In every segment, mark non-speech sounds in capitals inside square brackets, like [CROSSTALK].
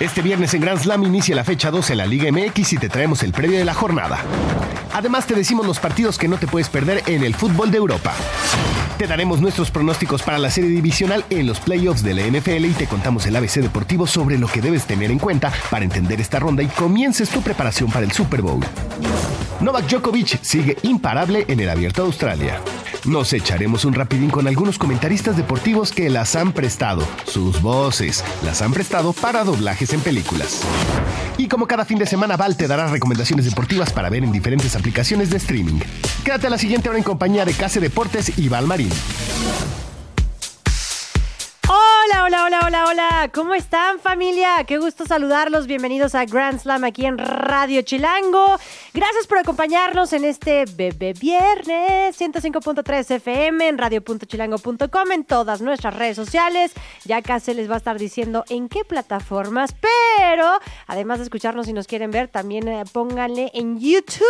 Este viernes en Grand Slam inicia la fecha 12 en la Liga MX y te traemos el previo de la jornada. Además te decimos los partidos que no te puedes perder en el fútbol de Europa. Te daremos nuestros pronósticos para la serie divisional en los playoffs de la NFL y te contamos el ABC deportivo sobre lo que debes tener en cuenta para entender esta ronda y comiences tu preparación para el Super Bowl. Novak Djokovic sigue imparable en el Abierto de Australia. Nos echaremos un rapidín con algunos comentaristas deportivos que las han prestado, sus voces, las han prestado para doblajes en películas. Y como cada fin de semana, Val te dará recomendaciones deportivas para ver en diferentes aplicaciones de streaming. Quédate a la siguiente hora en compañía de Case Deportes y Val Marín. Hola, hola, hola, hola, hola. ¿Cómo están familia? Qué gusto saludarlos. Bienvenidos a Grand Slam aquí en Radio Chilango. Gracias por acompañarnos en este bebé viernes 105.3 FM en radio.chilango.com en todas nuestras redes sociales. Ya casi les va a estar diciendo en qué plataformas, pero además de escucharnos si nos quieren ver, también eh, pónganle en YouTube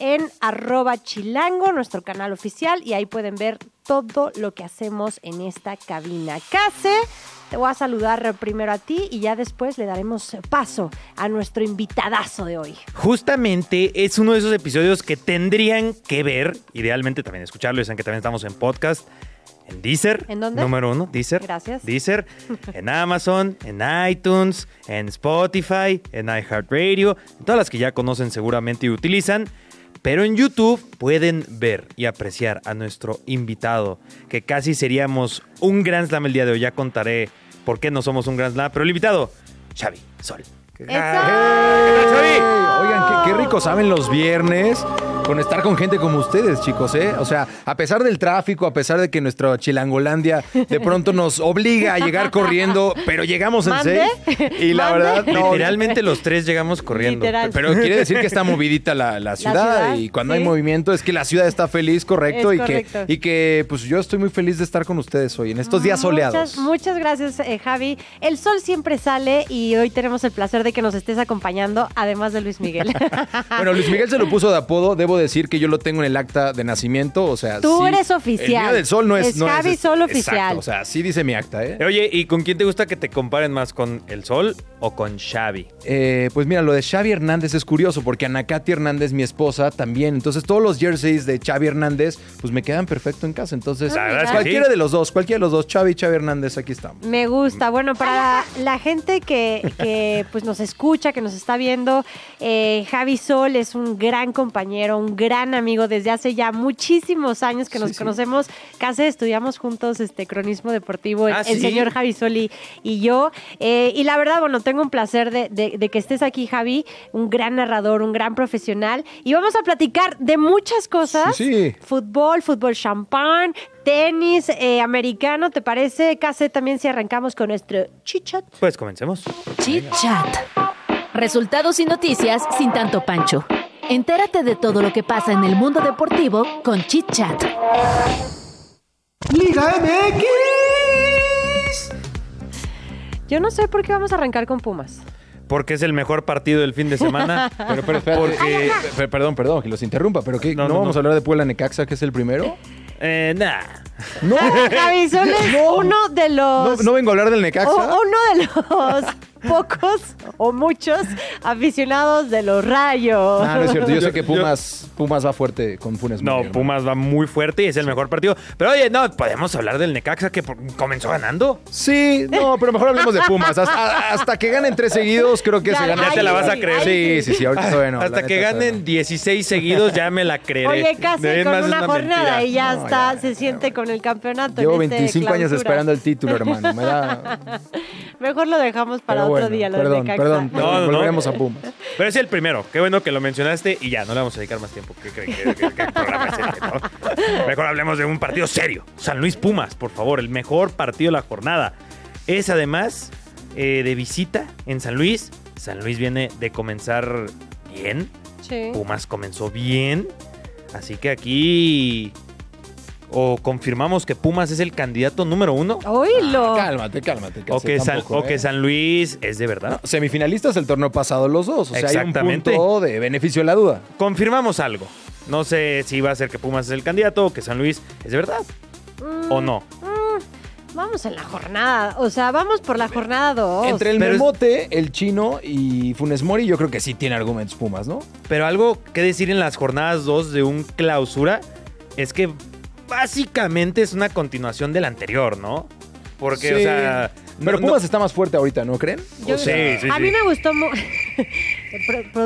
en arroba chilango, nuestro canal oficial, y ahí pueden ver todo lo que hacemos en esta cabina. Case, te voy a saludar primero a ti y ya después le daremos paso a nuestro invitadazo de hoy. Justamente es uno de esos episodios que tendrían que ver, idealmente también escucharlo, dicen que también estamos en podcast, en Deezer. ¿En dónde? Número uno, Deezer. Gracias. [LAUGHS] Deezer, en Amazon, en iTunes, en Spotify, en iHeartRadio, en todas las que ya conocen seguramente y utilizan. Pero en YouTube pueden ver y apreciar a nuestro invitado, que casi seríamos un Grand Slam el día de hoy. Ya contaré por qué no somos un Grand Slam, pero el invitado, Xavi Sol. ¡Eso! ¡Xavi! Oigan, qué, qué rico saben los viernes con estar con gente como ustedes, chicos, ¿eh? O sea, a pesar del tráfico, a pesar de que nuestra Chilangolandia de pronto nos obliga a llegar corriendo, pero llegamos en ¿Mande? seis. Y la ¿Mande? [LAUGHS] verdad, no, Literalmente los tres llegamos corriendo. Literal. Pero quiere decir que está movidita la, la ciudad, ciudad, y cuando sí. hay movimiento es que la ciudad está feliz, correcto, Es y, correcto. Que, y que pues yo estoy muy feliz de estar con ustedes hoy, en estos días soleados. Muchas, muchas gracias, eh, Javi. El sol siempre sale y hoy tenemos el placer de que nos estés acompañando, además de Luis Miguel. [LAUGHS] Ah. Bueno, Luis Miguel se lo puso de apodo, debo decir que yo lo tengo en el acta de nacimiento, o sea... Tú sí, eres oficial. El mío del sol no es... Es no Javi Sol oficial. Exacto, o sea, sí dice mi acta, ¿eh? Oye, ¿y con quién te gusta que te comparen más? ¿Con el sol o con Xavi? Eh, pues mira, lo de Xavi Hernández es curioso porque Ana Katy Hernández, mi esposa, también. Entonces todos los jerseys de Xavi Hernández, pues me quedan perfecto en casa. Entonces, Ah, La verdad es que cualquiera sí. de los dos, cualquiera de los dos, Xavi y Xavi Hernández, aquí estamos. Me gusta. Bueno, para la gente que, que, pues nos escucha, que nos está viendo, eh, Javi Sol es un gran compañero, un gran amigo desde hace ya muchísimos años que nos conocemos. Casi estudiamos juntos este cronismo deportivo, el, Ah, el ¿sí? señor Javi Sol y, y yo. Eh, y la verdad, bueno, tengo un placer de, de- de que estés aquí, Javi, un gran narrador, un gran profesional. Y vamos a platicar de muchas cosas. Sí, sí. Fútbol, fútbol champán, tenis eh, americano, ¿te parece? Case también si arrancamos con nuestro chichat. Pues comencemos. Chit Chat. Resultados y noticias sin tanto pancho. Entérate de todo lo que pasa en el mundo deportivo con Chit Chat. Liga MX. Yo no sé por qué vamos a arrancar con Pumas. Porque es el mejor partido del fin de [LAUGHS] semana. Pero, pero espérate, eh, per- perdón, perdón, que los interrumpa, pero ¿qué? No, ¿No, no, vamos no. a hablar de Puebla Necaxa, que es el primero? eh, nah. [LAUGHS] No, Javi Sol es uno de no, los... no vengo a hablar del o- Necaxa. uno de los [LAUGHS] pocos o muchos aficionados de los rayos. Ah, no es [LAUGHS] cierto. Yo sé que Pumas, Pumas va fuerte con Funes. No, Mori, hermano. Pumas va muy fuerte y es el mejor partido. Pero oye, no, podemos hablar del Necaxa que por- comenzó ganando. Sí, no, pero mejor hablemos de Pumas. Hasta, hasta que ganen tres seguidos, creo que Ya, se gana. ya te la vas a creer. Sí, sí, sí, ahorita todavía no. la Hasta neta que todavía ganen no. 16 seguidos ya me la creeré. Oye, De casi ahí con más es una, jornada mentira. y ya No, está, ya, se ya, siente con el campeonato. Llevo en este 25 años clausura. esperando [LAUGHS] el título, hermano. Me [LAUGHS] da. Mejor lo dejamos para Pero otro bueno, día, lo de perdón, Necaxa. perdón, No, no, perdón. no. Volveremos a Pumas. Pero es el primero. Qué bueno que lo mencionaste y ya, no le vamos a dedicar más tiempo. ¿Qué creen que, que- que el programa es este, no? Mejor hablemos de un partido serio. San Luis Pumas, por favor, el mejor partido de la jornada. Es además eh, de visita en San Luis. San Luis viene de comenzar bien. Sí. Pumas comenzó bien. Así que aquí o confirmamos que Pumas es el candidato número uno. Oh. Oílo. Cálmate, cálmate. O que, San, tampoco, o que eh. San Luis es de verdad. No, semifinalistas del torneo pasado los dos. O sea, hay un Exactamente. punto de beneficio a la duda. Confirmamos algo. No sé si va a ser que Pumas es el candidato o que San Luis es de verdad o no. Vamos en la jornada. O sea, vamos por la jornada 2. Entre el pero es- Memote, el Chino y Funes Mori, yo creo que sí tiene argumentos Pumas, ¿no? Pero algo que decir en las jornadas 2 de un clausura es que básicamente es una continuación del anterior, ¿no? Porque, o Sí. sea. Pero no- Pumas está más fuerte ahorita, ¿no creen? Yo- O sea, Oh, sí, sí, a sí. mí me gustó [LAUGHS] mucho.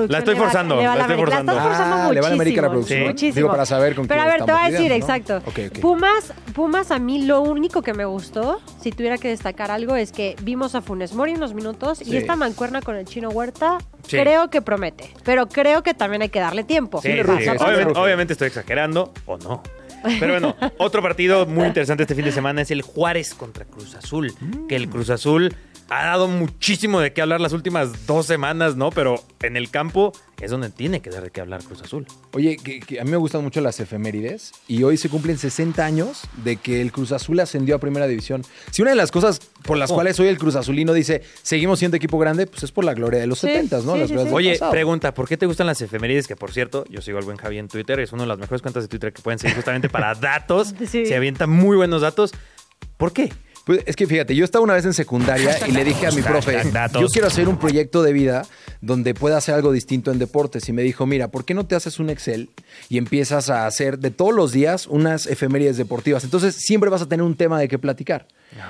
La estoy forzando, la estoy forzando. La estás forzando Ah, le va a la América muchísimo, la producción. Sí. muchísimo. Digo, para saber con Pero a quién ver, te voy estamos a decir, lidiando, ¿no? exacto. Ok, ok. Pumas, Pumas, a mí lo único que me gustó, si tuviera que destacar algo, es que vimos a Funes Mori unos minutos y Sí. esta mancuerna con el chino Huerta Sí. creo que promete. Pero creo que también hay que darle tiempo. Sí, Sí, le sí, sí. ruge, sí le Obviamente, ruge. obviamente estoy exagerando, o no. Pero bueno, otro partido muy interesante este fin de semana es el Juárez contra Cruz Azul. Que el Cruz Azul ha dado muchísimo de qué hablar las últimas dos semanas, ¿no? Pero en el campo es donde tiene que dar de qué hablar Cruz Azul. Oye, que, que a mí me gustan mucho las efemérides y hoy se cumplen 60 años de que el Cruz Azul ascendió a Primera División. Si una de las cosas por Oh. las Ojo. cuales hoy el Cruz Azulino dice seguimos siendo equipo grande, pues es por la gloria de los Sí, 70s, ¿no? sí, Las sí, glorias sí. del Oye, pasado. pregunta, ¿por qué te gustan las efemérides? Que por cierto, yo sigo al buen Javi en Twitter, es una de las mejores cuentas de Twitter que pueden seguir justamente para datos. Sí. Se avientan muy buenos datos. ¿Por qué? Pues es que fíjate, yo estaba una vez en secundaria y le dije a mi profe, hashtag datos. yo quiero hacer un proyecto de vida donde pueda hacer algo distinto en deportes. Y me dijo, mira, ¿por qué no te haces un Excel y empiezas a hacer de todos los días unas efemérides deportivas? Entonces siempre vas a tener un tema de qué platicar.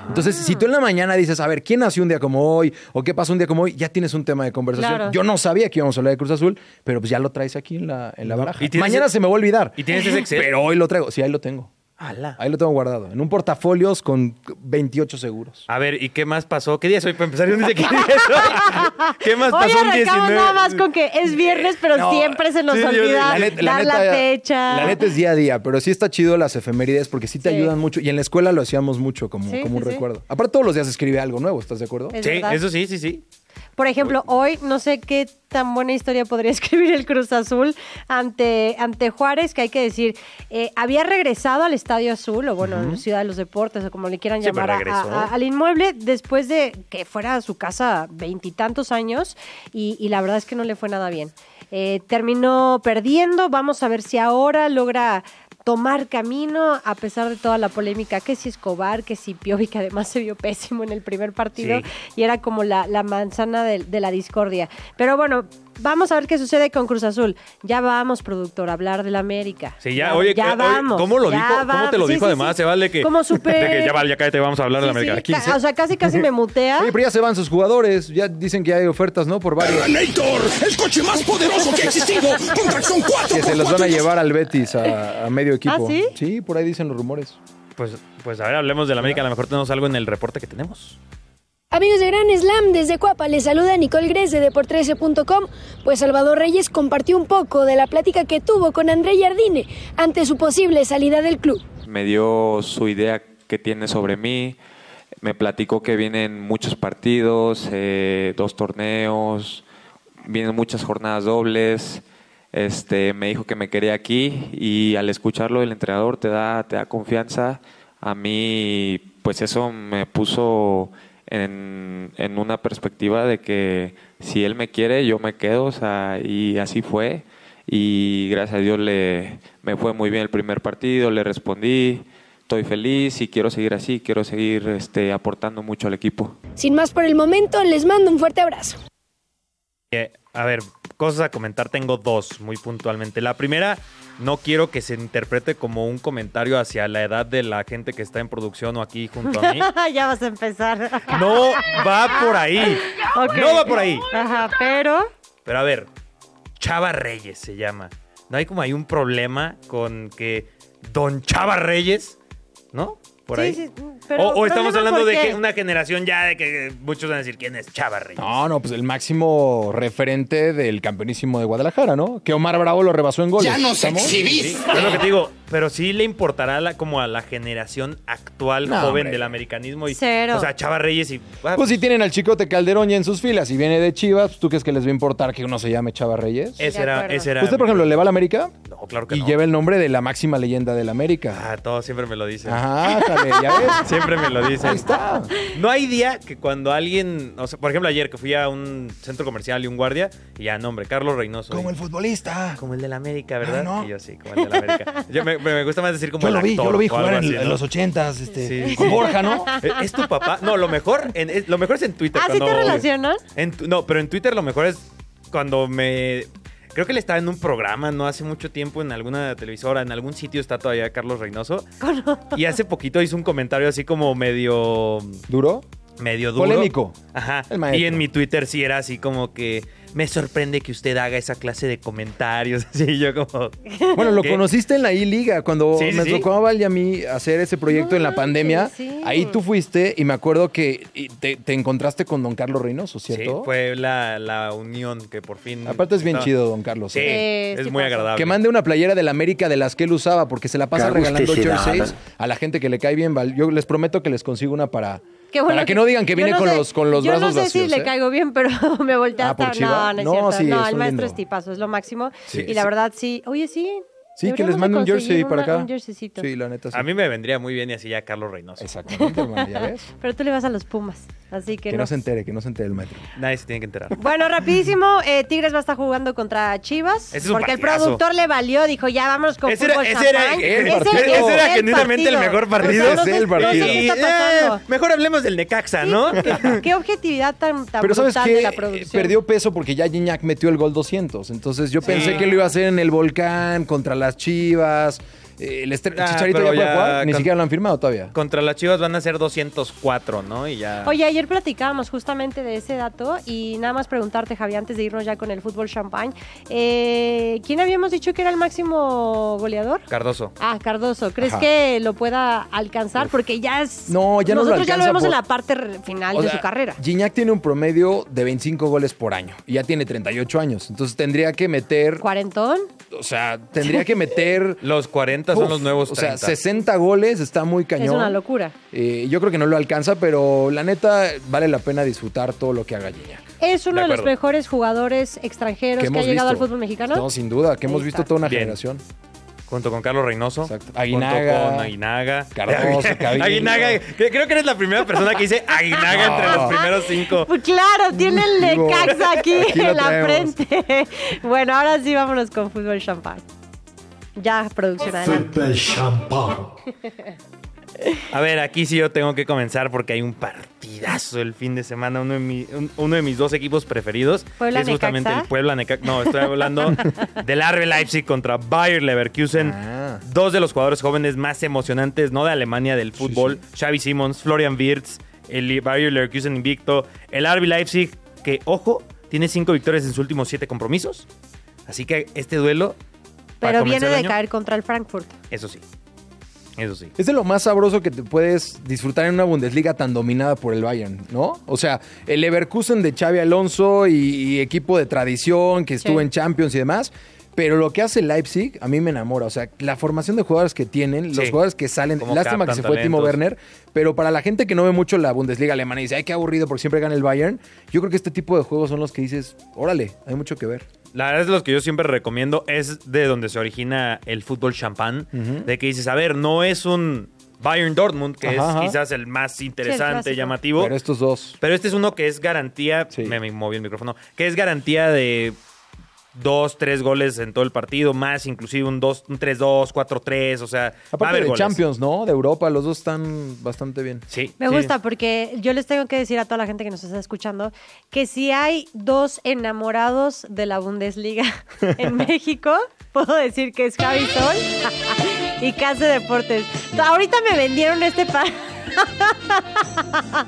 Entonces, si tú en la mañana dices, a ver, ¿quién nació un día como hoy? ¿O qué pasó un día como hoy? Ya tienes un tema de conversación. Claro. Yo no sabía que íbamos a hablar de Cruz Azul, pero pues ya lo traes aquí en la, en la baraja. ¿Y tienes- e mañana se me va a olvidar. ¿Y tienes ese Excel? Pero hoy lo traigo. Sí, ahí lo tengo. ¡Hala! Ahí lo tengo guardado. En un portafolios con 28 seguros. A ver, ¿y qué más pasó? ¿Qué día es hoy para empezar? Yo ni sé qué día es hoy. [LAUGHS] ¿Qué más Hoy pasó en arrancamos 19? nada más con que es viernes, pero No, siempre se nos sí, yo- olvida la neta- Ah, dar la neta- fecha. La neta es día a día, pero sí está chido las efemérides porque sí te Sí. ayudan mucho. Y en la escuela lo hacíamos mucho como, Sí, como un sí, sí. recuerdo. Aparte, todos los días se escribe algo nuevo, ¿estás de acuerdo? Es Sí, verdad. eso sí, sí, sí. Por ejemplo, hoy no sé qué tan buena historia podría [LAUGHS] escribir el Cruz Azul ante, ante Juárez, que hay que decir, eh, había regresado al Estadio Azul, o bueno, Ciudad de los Deportes, o como le quieran Sí, pero llamar, a- regresó. a- a- al inmueble después de que fuera a su casa veintitantos años, y, y la verdad es que no le fue nada bien. Eh, terminó perdiendo, vamos a ver si ahora logra tomar camino a pesar de toda la polémica que si Escobar, que si Piovi, que además se vio pésimo en el primer partido Sí. y era como la, la manzana de, de la discordia. Pero bueno, vamos a ver qué sucede con Cruz Azul. Ya vamos, productor, a hablar del América. Sí, ya, oye, que- oye, ¿cómo lo ya dijo? ¿Cómo vamos. te lo Sí, dijo sí, además? sí. Se vale que. Como super... [LAUGHS] de que ya vale, ya cállate, vamos a hablar de la Sí, América. sí, ca- O sea, casi casi me [LAUGHS] mutea. Oye, pero ya se van sus jugadores, ya dicen que ya hay ofertas, ¿no? Por varios. Terminator, el coche más poderoso que ha existido, con tracción 4. Que se los van a llevar al Betis a, a medio equipo. ¿Ah, sí? por ahí dicen los rumores. Pues, pues a ver, hablemos de la América. A lo mejor tenemos algo en el reporte que tenemos. Amigos de Gran Slam, desde Cuapa les saluda Nicole Grese de por13.com, pues Salvador Reyes compartió un poco de la plática que tuvo con André Jardine ante su posible salida del club. me dio su idea que tiene sobre mí, me platicó que vienen muchos partidos, eh, dos torneos, vienen muchas jornadas dobles, este, me dijo que me quería aquí y al escucharlo el entrenador te da, te da confianza, a mí pues eso me puso en, en una perspectiva de que si él me quiere yo me quedo, o sea, y así fue y gracias a Dios le, me fue muy bien el primer partido, le respondí, estoy feliz y quiero seguir así, quiero seguir este, aportando mucho al equipo. Sin más por el momento, les mando un fuerte abrazo. Eh, a ver, cosas a comentar. Tengo dos muy puntualmente. La primera, no quiero que se interprete como un comentario hacia la edad de la gente que está en producción o aquí junto a mí. ya vas a empezar. [LAUGHS] No va por ahí. Ok. No va por ahí. Ajá, pero... Pero a ver, Chava Reyes se llama. ¿No hay como hay un problema con que Don Chava Reyes, ¿no? Por Sí, ahí. sí, pero o, o estamos ¿problema hablando por de qué? que una generación ya de que muchos van a decir quién es Chava Reyes. No, no, pues el máximo referente del campeonísimo de Guadalajara, ¿no? Que Omar Bravo lo rebasó en goles. Ya nos ¿Estamos? exhibís. Es lo que te digo, pero sí le importará la- como a la generación actual No, joven hombre. del americanismo. Y, Cero. O sea, Chava Reyes y... ah, Pues si tienen al Chicote Calderón ya en sus filas y viene de Chivas, pues, ¿tú crees que les va a importar que uno se llame Chava Reyes? ese, De era, acuerdo. ese era... ¿Usted, por ejemplo, le va a la América? No, claro que Y no. lleva el nombre de la máxima leyenda de la América. Ah, todo siempre me lo dicen. Ajá, ándale, [LAUGHS] ya ves. Siempre me lo dicen. Ahí está. No hay día que cuando alguien, o sea, por ejemplo ayer que fui a un centro comercial y un guardia, y ya, nombre, Carlos Reynoso. Como Y- el futbolista. Como el de la América, ¿verdad? Ah, ¿no? Y yo sí, como el de la América. Yo me, me- me gusta más decir como Yo el lo vi, yo actor lo vi o algo jugar en, así, ¿no? en los ochentas, este, Sí. con Borja, [LAUGHS] ¿no? ¿Es- ¿Es tu papá? No, lo mejor, en- es- lo mejor es en Twitter. ¿Ah, sí cuando- te relacionan? En tu- no, pero en Twitter lo mejor es cuando me... Creo que él estaba en un programa no hace mucho tiempo en alguna televisora, en algún sitio está todavía Carlos Reynoso. Y hace poquito hizo un comentario así como medio... ¿Duro? medio duro. Polémico. Ajá. El maestro. Y en mi Twitter sí era así como que me sorprende que usted haga esa clase de comentarios. [LAUGHS] Así yo como. Bueno, lo ¿Qué? conociste en la I-Liga, cuando Sí, sí, me sí. tocó a Val y a mí hacer ese proyecto No en la manches, pandemia. sí. Ahí tú fuiste y me acuerdo que y te, te encontraste con don Carlos Reynoso, Sí, ¿cierto? fue la, la unión que por fin. Aparte es bien estaba- chido don Carlos. Sí, ¿eh? Eh, es sí muy pasa. agradable. Que mande una playera de la América de las que él usaba, porque se la pasa regalando jerseys a la gente que le cae bien. Val. Yo les prometo que les consigo una para, Qué bueno para que, no digan que yo viene no con sé- los, con los yo brazos no sé vacíos. si ¿eh? le caigo bien, [LAUGHS] pero me voltea Ah, ¿por hasta... Chiva? No, no es No, cierto. sí, no, es el un maestro lindo. es tipazo, es lo máximo. Sí, y la sí. verdad, sí. Oye, sí. Sí, que deberíamos les de mande un jersey conseguir para una- acá. Un jerseycito. Sí, la neta sí. A mí me vendría muy bien y así ya Carlos Reynoso. Exactamente, hermano, ya ves. Pero tú le vas a los Pumas, así [LAUGHS] que, Que no. no se entere, que no se entere el maestro. Nadie se tiene que enterar. Bueno, rapidísimo, eh, Tigres va a estar jugando contra Chivas. Ese es un porque el partidazo. productor le valió, dijo, ya vámonos [LAUGHS] con Ese era- fútbol ese era champán". el Ese partido. es Ese era genuinamente el mejor partido. O sea, no Es sé- el no sé partido. qué Y, está pasando. eh, [LAUGHS] mejor hablemos del Necaxa, ¿no? ¿Qué, qué objetividad tan, tan Pero brutal ¿sabes qué? de la Eh, producción. Perdió peso porque ya Gignac metió el gol 200. Entonces yo pensé que lo iba a hacer en el Volcán, contra las Chivas. Eh, El estre- Ah, Chicharito ya pero puede ya jugar. Ni con- siquiera lo han firmado todavía. [LAUGHS] Contra las Chivas van a ser 204, ¿no? Y ya. Oye, ayer platicábamos justamente de ese dato y nada más preguntarte, Javi, antes de irnos ya con el fútbol champán, eh, ¿quién habíamos dicho que era el máximo goleador? Cardoso. Ah, Cardoso, ¿crees Ajá. que lo pueda alcanzar? Porque ya es... No, ya no lo Nosotros ya lo alcanza vemos en por- la parte re- final O de sea, su carrera. Gignac tiene un promedio de 25 goles por año. Y ya tiene 38 años. Entonces tendría que meter. ¿Cuarentón? O sea, tendría que meter. [LAUGHS] Los 40 son Uf, los nuevos 30. O sea, 60 goles está muy cañón. Es una locura. Eh, yo creo que no lo alcanza, pero la neta vale la pena disfrutar todo lo que haga Gignac. Es uno De de, los acuerdo. mejores jugadores extranjeros que, ha llegado al fútbol mexicano. No, sin duda, que hemos Ahí visto está. toda una Bien. generación. Junto con Carlos Reynoso. Exacto. Junto Aguinaga. con Aguinaga. [LAUGHS] Cardoso, Cabillo. Aguinaga. que- Creo que eres la primera persona que dice Aguinaga No. entre los primeros cinco. Pues [LAUGHS] claro, tiene el Digo, Necaxa aquí, aquí lo en la traemos. frente. [LAUGHS] Bueno, ahora sí vámonos con fútbol champán. Ya, producción adelante. A ver, aquí sí yo tengo que comenzar porque hay un partidazo el fin de semana. Uno de, mi- un- uno de mis dos equipos preferidos ¿Puebla es justamente Necaxa? el Puebla Necaxa. No, [LAUGHS] estoy hablando del RB Leipzig contra Bayer Leverkusen. Ah. Dos de los jugadores jóvenes más emocionantes, no de Alemania, del fútbol. Xavi Simons, Florian Wirtz, el Bayer Leverkusen invicto. El RB Leipzig, que, ojo, tiene cinco victorias en sus últimos siete compromisos. Así que este duelo... para Pero viene comenzar el de año, caer contra el Frankfurt. Eso sí. Eso sí. Es de lo más sabroso que te puedes disfrutar en una Bundesliga tan dominada por el Bayern, ¿no? O sea, el Leverkusen de Xavi Alonso y, y equipo de tradición que estuvo Sí. en Champions y demás. Pero lo que hace Leipzig a mí me enamora. O sea, la formación de jugadores que tienen, los Sí. jugadores que salen. Cómo Lástima que captan se fue Timo talentos. Werner, pero para la gente que no ve mucho la Bundesliga alemana y dice, ay, qué aburrido porque siempre gana el Bayern, yo creo que este tipo de juegos son los que dices, órale, hay mucho que ver. La verdad es los que yo siempre recomiendo es de donde se origina el fútbol champán, de que dices, a ver, no es un Bayern Dortmund, que es Ajá, ajá. quizás el más interesante, clásico. llamativo, Pero pero, estos dos. este es uno que es garantía, Sí. me, me moví el micrófono, que es garantía de dos, tres goles en todo el partido, más inclusive un, dos, un 3-2, 4-3, o sea, va a Aparte haber de goles. Champions, ¿no? De Europa, los dos están bastante bien. Sí, Me sí. gusta porque yo les tengo que decir a toda la gente que nos está escuchando que si hay dos enamorados de la Bundesliga [LAUGHS] en México, puedo decir que es Javi Sol [LAUGHS] y Case Deportes. Ahorita me vendieron este par. [LAUGHS] Ahorita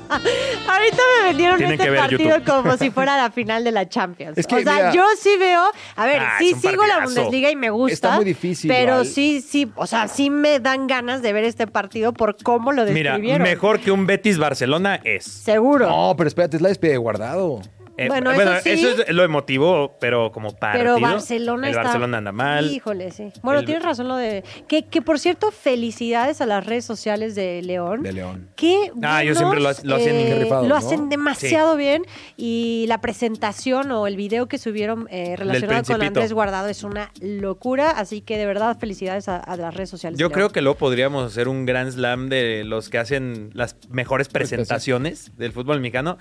me vendieron Tienen que este ver partido YouTube. como [LAUGHS] si fuera la final de la Champions. Es que, o sea, mira- yo sí veo, a ver, Ah, sí es un sigo la partidazo. Bundesliga y me gusta. Está muy difícil, Pero Val. sí, sí, o sea, sí me dan ganas de ver este partido por cómo lo Mira, describieron. mejor que un Betis Barcelona es. Seguro. No, pero espérate, es la despedida de guardado. Eh, Bueno, eso sí. es lo emotivo, pero como partido. Pero Barcelona El está... Barcelona anda mal. Híjole, sí. Bueno, El- tienes razón lo de... Que, que, por cierto, felicidades a las redes sociales de León. De León. Qué eh, Ah, yo siempre lo ha- lo hacen bien rifados, Lo ¿no? hacen demasiado bien. Y la presentación o el video que subieron eh, relacionado con Principito. Andrés Guardado es una locura. Así que, de verdad, felicidades a, a las redes sociales. Yo de creo León. que luego podríamos hacer un gran slam de los que hacen las mejores presentaciones del fútbol mexicano.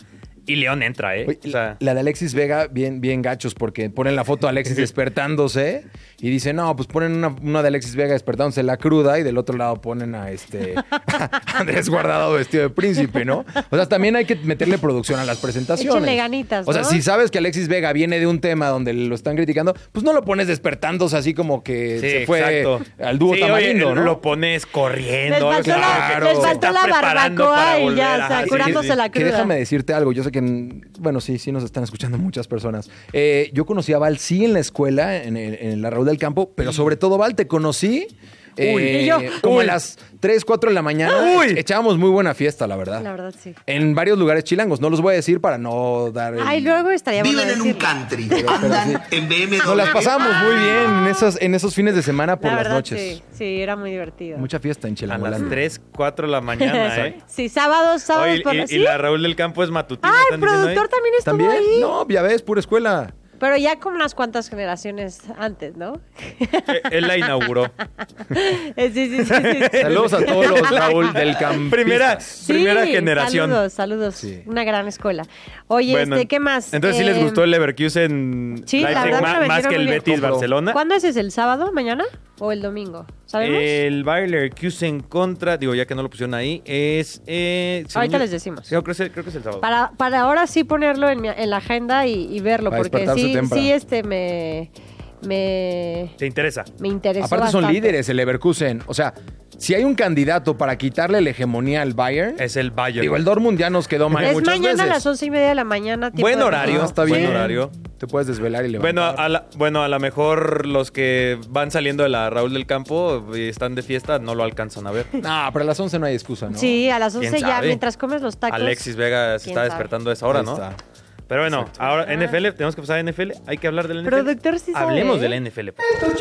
Y León entra, ¿eh? Oye, O sea, la de Alexis Vega, bien, bien gachos, porque ponen la foto [LAUGHS] de Alexis despertándose y dicen, no, pues ponen una, una de Alexis Vega despertándose la cruda y del otro lado ponen a este [LAUGHS] a Andrés Guardado vestido de príncipe, ¿no? O sea, también hay que meterle producción a las presentaciones. Échenle ganitas, O sea, ¿no? si sabes que Alexis Vega viene de un tema donde lo están criticando, pues no lo pones despertándose así como que sí, se fue exacto. al dúo Sí, tamarindo, oye, ¿no? Lo pones corriendo. Les algo faltó, así, la, claro. les Se faltó está la preparando para barbacoa y volver, ya, ajá, o sea, sí, sí, curándose sí. la Que cruda. déjame decirte algo, yo sé que, mm, bueno, sí, sí nos están escuchando muchas personas. Eh, yo conocí a Val, sí, en la escuela, en, el- en la Raúl del Campo, pero sobre todo, Val, te conocí eh, Y yo, como uy. a las 3, 4 de la mañana. Uy. Echábamos muy buena fiesta, la verdad. La verdad, sí. En varios lugares chilangos, no los voy a decir para no dar... el- Ay, luego estaría bueno Viven en un decirlo. country, pero andan en BMW. Nos las pasamos muy bien en, esas, en esos fines de semana Ah. por La las verdad, noches. sí. Sí, era muy divertido. Mucha fiesta en A Chilangolandia. las 3, 4 de la mañana, ¿eh? Sí, sábados, sábados Oye, por y, la... y ¿sí? la Raúl del Campo es matutina. Ah, el están diciendo ahí. productor también estuvo ¿También? ahí. No, ya ves, [LAUGHS] pura escuela. Pero ya con unas cuantas generaciones antes, ¿no? [LAUGHS] Eh, Él la inauguró. Eh, sí, sí, sí, sí, sí. Saludos a todos los Raúl del Campo. Primera, Sí, [LAUGHS] primera generación. Saludos, saludos. Sí. Una gran escuela. Oye, Bueno, este, ¿qué más? Entonces, ¿sí les Eh, gustó el Leverkusen sí, la Leipzig verdad se ma- más, vendieron que el muy bien. Betis Compró. Barcelona? ¿Cuándo es ese? ¿El sábado, mañana o el domingo? ¿Sabemos? El Bayer Leverkusen contra, digo, ya que no lo pusieron ahí, es... eh, según Ahorita yo- les decimos. Sí, creo, que es el- creo que es el sábado. para, para ahora sí ponerlo en, mi- en la agenda y, y verlo, Para porque despertarse sí, temprano. sí, este, me, me, ¿Te interesa? me interesó Aparte son bastante. líderes el Leverkusen. O sea, si hay un candidato para quitarle la hegemonia al Bayern, Es el Bayern. digo, el Dortmund ya nos quedó mal Es muchas mañana a veces. las once y media de la mañana. tiempo Buen de horario. México. Ah, está Buen bien. horario. Te puedes desvelar y levantar. bueno, a la, bueno, a lo mejor los que van saliendo de la Raúl del Campo y están de fiesta no lo alcanzan a ver. No, pero a las 11 no hay excusa, ¿no? Sí, a las ¿Quién 11 ya, sabe? mientras comes los tacos. Alexis Vega se quién está sabe. despertando a esa hora, Ahí ¿no? está. Pero bueno, ahora NFL, tenemos que pasar a NFL, hay que hablar del NFL. Ah. Productor sí sabe, Hablemos ¿eh? del NFL. por favor.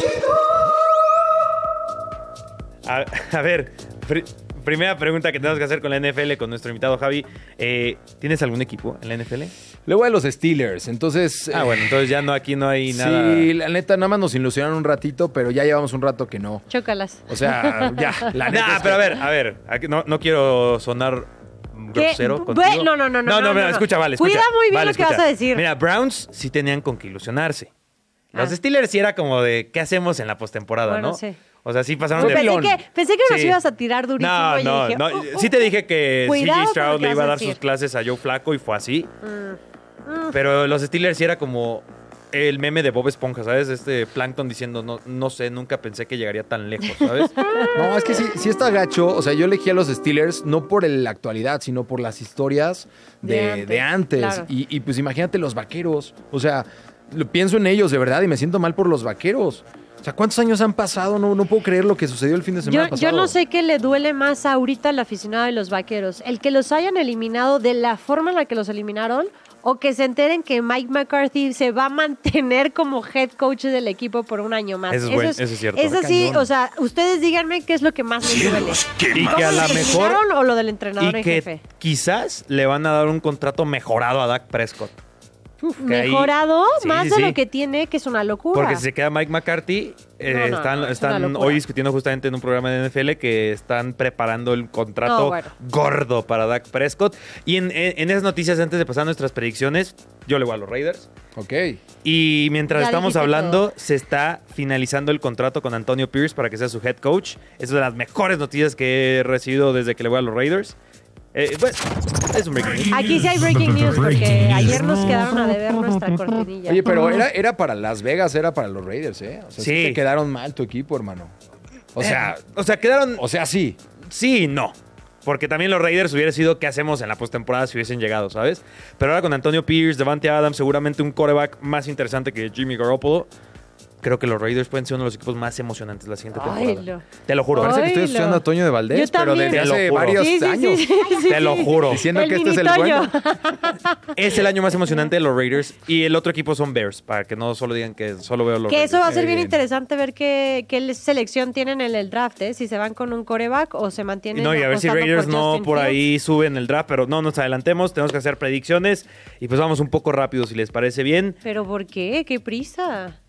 A, a ver, pri- primera pregunta que tenemos que hacer con la NFL, con nuestro invitado Javi. Eh, ¿Tienes algún equipo en la NFL? Luego de los Steelers. Entonces. Ah, eh, bueno, entonces ya no aquí no hay nada. Sí, la neta, nada más nos ilusionaron un ratito, pero ya llevamos un rato que no. Chócalas. [LAUGHS] O sea, ya, la neta. Nah, es que- pero a ver, a ver, aquí- no, no quiero sonar ¿Qué? grosero Bu- contigo. no, no, no, no, No, no, no, no, mira, no. escucha, vale, escucha. Cuida muy bien Vale, lo que vas escucha. a decir. Mira, Browns sí tenían con que ilusionarse. Los Ah. Steelers sí era como de, ¿qué hacemos en la postemporada, Bueno, no? sí. O sea, sí pasaron Yo de pensé que- pensé que nos ibas a tirar durísimo No, y no, dije, no. oh, oh, sí te oh. dije que Cuidado con CJ lo Stroud que le vas iba a dar decir. Mm, sus clases a Joe Flaco y fue así. Pero los Steelers sí era como el meme de Bob Esponja, ¿sabes? Este Plankton diciendo, no, no sé, nunca pensé que llegaría tan lejos, [LAUGHS] ¿sabes? No, es que sí, sí está gacho. O sea, yo elegí a los Steelers no por el- la actualidad, sino por las historias de, De de antes, antes. claro. Y, y, pues imagínate los vaqueros. O sea, lo, pienso en ellos de verdad y me siento mal por los vaqueros. O sea, ¿cuántos años han pasado? No, no puedo creer lo que sucedió el fin de semana Yo, yo pasado. no sé qué le duele más ahorita al aficionado de los vaqueros. El que los hayan eliminado de la forma en la que los eliminaron o que se enteren que Mike McCarthy se va a mantener como head coach del equipo por un año más. Eso es bueno, eso es cierto. Eso sí, o sea, ustedes díganme qué es lo que más les duele. Cielos, qué Y mal. que a la ¿Lo mejor. eliminaron o lo del Y entrenador en que jefe? quizás le van a dar un contrato mejorado a Dak Prescott. que ahí- Mejorado Sí, más sí, de sí. lo que tiene, que es una locura. Porque si se queda Mike McCarthy, eh, No, no, están, no, es están una locura. hoy discutiendo justamente en un programa de NFL que están preparando el contrato No, bueno. gordo para Dak Prescott. Y en, en- en esas noticias, antes de pasar a nuestras predicciones, yo le voy a los Raiders. Ok. Y mientras Ya estamos dijiste hablando, todo. se está finalizando el contrato con Antonio Pierce para que sea su head coach. Es una de las mejores noticias que he recibido desde que le voy a los Raiders. Eh, pues, es un breaking news. Aquí sí hay breaking news porque ayer nos quedaron a deber nuestra cortinilla. Oye, pero era, era para Las Vegas, era para los Raiders, ¿eh? O sea, sí. Eh. Sí. te quedaron mal tu equipo, hermano. O O sea, sea, Eh, o sea, quedaron o sea, sí. sí y no. Porque también los Raiders hubiera sido qué hacemos en la postemporada si hubiesen llegado, ¿sabes? Pero ahora con Antonio Pierce, Devante Adams, seguramente un coreback más interesante que Jimmy Garoppolo. creo que los Raiders pueden ser uno de los equipos más emocionantes la siguiente Ay, temporada. lo- Te lo juro. Parece que estoy Oilo. estudiando a Toño de Yo Valdés, pero también. desde Te lo hace juro. varios Sí, sí, [LAUGHS] años. sí, sí, sí, Te lo sí. juro. Diciendo que este es el mini Toño. bueno. Es el año más emocionante de los Raiders y el otro equipo son Bears, para que no solo digan que solo veo [LAUGHS] los Que eso va a ser bien Eh. interesante ver qué, qué le- selección tienen en el draft, ¿eh? Si se van con un coreback o se mantienen. No, y a ver si apostando Raiders por no Justin por Fields. ahí suben el draft, pero no nos adelantemos, tenemos que hacer predicciones y pues vamos un poco rápido si les parece bien. ¿Pero por qué? ¡Qué prisa!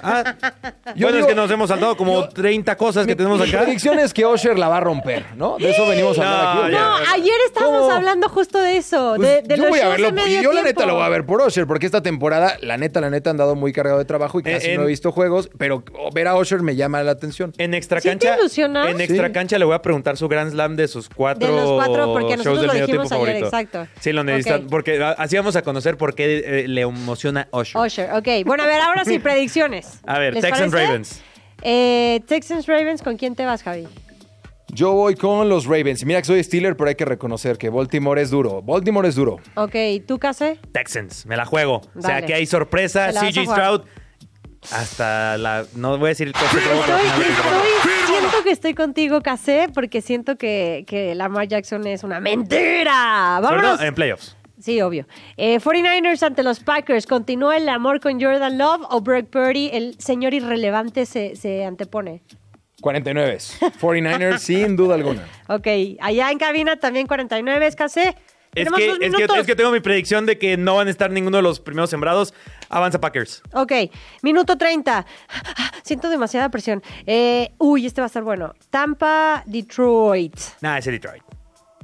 Ah, Yo bueno, digo- es que nos hemos saltado como 30 cosas que tenemos Mi acá. predicción es que Osher la va a romper, ¿no? De eso venimos a hablar No, aquí. ya, No, ya, ya. ayer estábamos ¿Cómo? hablando justo de eso. Pues, de, de yo los voy a shows de verlo, medio yo la neta tiempo. lo voy a ver por Osher, porque esta temporada, la neta, la neta, han dado muy cargado de trabajo y Eh, casi en- no he visto juegos, pero ver a Osher me llama la atención. En extra ¿Sí te cancha, ilusionas? en extra Sí. cancha le voy a preguntar su Grand Slam de sus cuatro, De los cuatro, porque nosotros shows del lo medio dijimos tiempo ayer, favorito. exacto. Sí, lo necesitan, Ok. porque ah, así vamos a conocer por qué eh, le emociona Usher. Usher, Oh, ok. Bueno, a ver, ahora [LAUGHS] sí, predicciones. A ver, ¿Les Texans parece? Ravens. Eh, Texans Ravens, ¿con quién te vas, Javi? Yo voy con los Ravens. Mira que soy Steeler, pero hay que reconocer que Baltimore es duro. Baltimore es duro. Ok, ¿tú, Case? Texans, me la juego. O sea, Dale. que hay sorpresa, Te la vas a CJ jugar. Stroud. Hasta la. No voy a decir. cosas, pero bueno, Estoy, nada, pero- estoy- siento que estoy contigo, Case, porque siento que, que Lamar Jackson es una mentira. Sobre todo Vámonos. en playoffs. Sí, obvio. Eh, 49ers ante los Packers. ¿Continúa el amor con Jordan Love o Brock Purdy, el señor irrelevante, se, se antepone? 49 49ers, sin duda alguna. Ok, allá en cabina también 49, es Case. Es Tenemos que, dos es, que, minutos. es que tengo mi predicción de que no van a estar ninguno de los primeros sembrados. Avanza Packers. Ok, minuto 30. Siento demasiada presión. Eh, uy, este va a estar bueno. Tampa, Detroit. Nah, ese Detroit.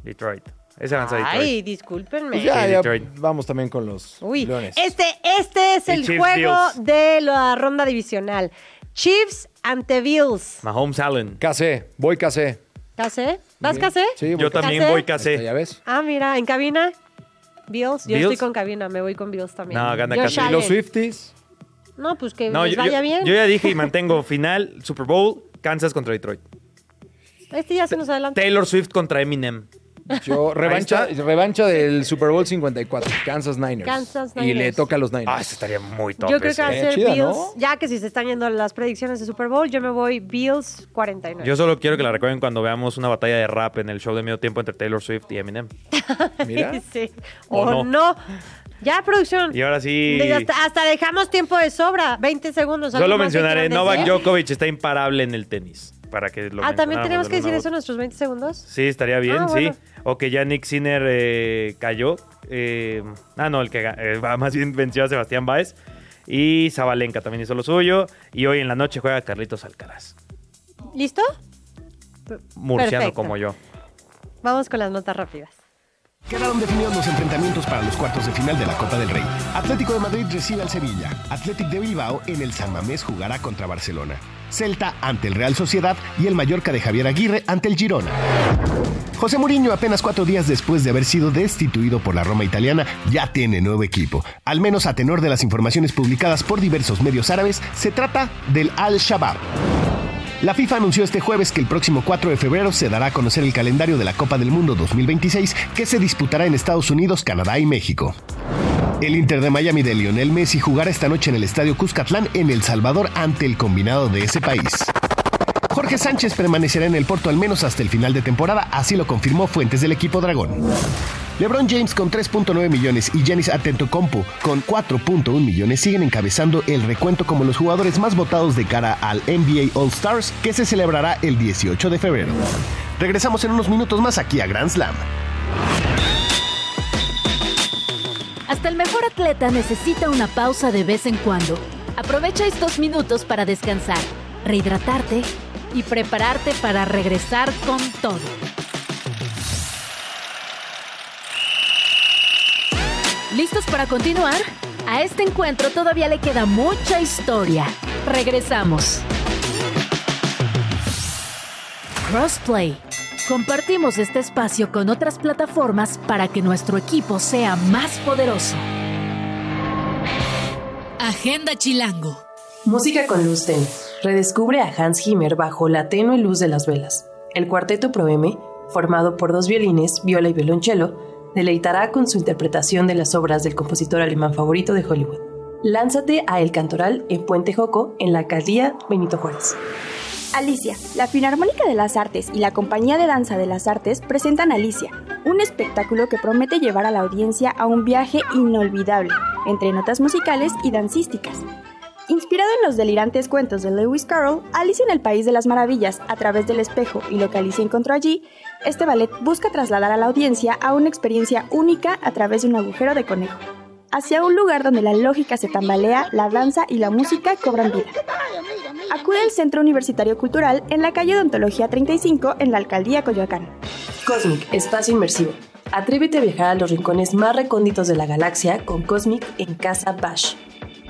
Detroit. Ese avanza Ay, Detroit. discúlpenme. Pues ya, Sí, ya Detroit. vamos también con los Uy, Leones. este, este es Y el Chiefs, juego Bills. de la ronda divisional. Chiefs ante Bills. Mahomes Allen. Casé, voy casé. ¿Casé? ¿Vas Casé? Sí, voy Yo Casé. también ¿Casé? voy Ahí está, casé. Ya ves. Ah, mira, en cabina. Bills, yo estoy Bills. con cabina, me voy con Bills también. No, gana Josh Casey. Y los Allen. Swifties. No, pues que No, les yo, vaya yo- bien. yo ya dije y mantengo final, Super Bowl, Kansas contra Detroit. este ya se nos adelanta. Taylor Swift contra Eminem. Yo, revancha, está. revancha del Super Bowl 54, Kansas Niners. Kansas Y le Niners. toca a los Niners. Ah, eso estaría muy top. Yo creo que ese. va a eh, ser chida, Bills. ¿no? Ya que si se están yendo las predicciones de Super Bowl, yo me voy Bills 49. Yo solo quiero que la recuerden cuando veamos una batalla de rap en el show de medio tiempo entre Taylor Swift y Eminem. Pues [LAUGHS] Mira. Sí. ¿O O, no? no. Ya, producción. Y ahora sí. De- Hasta, hasta dejamos tiempo de sobra, 20 segundos. ¿algo Solo más que mencionaré, quieran Novak decir? Djokovic está imparable en el tenis. Para que lo Ah, también tenemos mencionáramos de que una decir u eso en otra. nuestros 20 segundos. Sí, estaría bien, Ah, bueno. sí. O que ya Nick Sinner eh, cayó. eh, ah, no, el que ga- eh, va- más bien venció a Sebastián Báez. Y Zabalenka también hizo lo suyo. Y hoy en la noche juega Carlitos Alcaraz. ¿Listo? Murciano Perfecto. como yo. Vamos con las notas rápidas. Quedaron definidos los enfrentamientos para los cuartos de final de la Copa del Rey. Atlético de Madrid recibe al Sevilla. Atlético de Bilbao en el San Mamés jugará contra Barcelona. Celta ante el Real Sociedad y el Mallorca de Javier Aguirre ante el Girona. José Mourinho, apenas cuatro días después de haber sido destituido por la Roma italiana, ya tiene nuevo equipo. Al menos a tenor de las informaciones publicadas por diversos medios árabes, se trata del Al-Shabaab. La FIFA anunció este jueves que el próximo 4 de febrero se dará a conocer el calendario de la Copa del Mundo 2026 que se disputará en Estados Unidos, Canadá y México. El Inter de Miami de Lionel Messi jugará esta noche en el Estadio Cuscatlán en El Salvador ante el combinado de ese país. Jorge Sánchez permanecerá en el Porto al menos hasta el final de temporada, así lo confirmó fuentes del equipo Dragón. LeBron James con 3.9 millones y Giannis Antetokounmpo con 4.1 millones siguen encabezando el recuento como los jugadores más votados de cara al NBA All Stars que se celebrará el 18 de febrero. Regresamos en unos minutos más aquí a Grand Slam. Hasta el mejor atleta necesita una pausa de vez en cuando. Aprovecha estos minutos para descansar, rehidratarte y prepararte para regresar con todo. ¿Listos para continuar? A este encuentro todavía le queda mucha historia. Regresamos. Crossplay. Compartimos este espacio con otras plataformas para que nuestro equipo sea más poderoso. Agenda Chilango. Música con luz tenue. Redescubre a Hans Zimmer bajo la tenue luz de las velas. El cuarteto Pro M, formado por dos violines, viola y violonchelo, deleitará con su interpretación de las obras del compositor alemán favorito de Hollywood, Lánzate a El Cantoral en Puente Joco, en la alcaldía Benito Juárez. Alicia, la Filarmónica de las Artes y la Compañía de Danza de las Artes presentan Alicia, un espectáculo que promete llevar a la audiencia a un viaje inolvidable, entre notas musicales y dancísticas. Inspirado en los delirantes cuentos de Lewis Carroll, Alicia en el País de las Maravillas, a través del espejo y lo que Alicia encontró allí, este ballet busca trasladar a la audiencia a una experiencia única a través de un agujero de conejo hacia un lugar donde la lógica se tambalea, la danza y la música cobran vida. Acude al Centro Universitario Cultural en la calle Odontología 35 en la Alcaldía Coyoacán. Cosmic, espacio inmersivo. Atrévete a viajar a los rincones más recónditos de la galaxia con Cosmic en Casa Bash.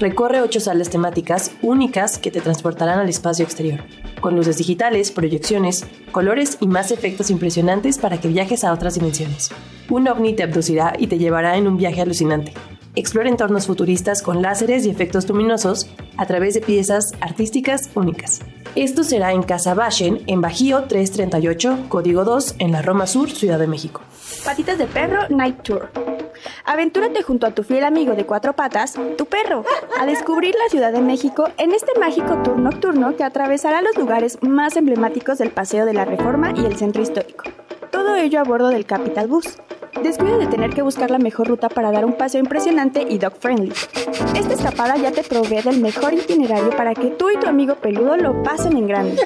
Recorre ocho salas temáticas únicas que te transportarán al espacio exterior, con luces digitales, proyecciones, colores y más efectos impresionantes para que viajes a otras dimensiones. Un ovni te abducirá y te llevará en un viaje alucinante. Explora entornos futuristas con láseres y efectos luminosos a través de piezas artísticas únicas. Esto será en Casa Bashen, en Bajío 338, Código 2, en la Roma Sur, Ciudad de México. Patitas de Perro Night Tour. Aventúrate junto a tu fiel amigo de cuatro patas, tu perro, a descubrir la Ciudad de México en este mágico tour nocturno que atravesará los lugares más emblemáticos del Paseo de la Reforma y el Centro Histórico. Todo ello a bordo del Capital Bus. Descuida de tener que buscar la mejor ruta para dar un paseo impresionante y dog friendly. Esta escapada ya te provee del mejor itinerario para que tú y tu amigo peludo lo pasen en grande.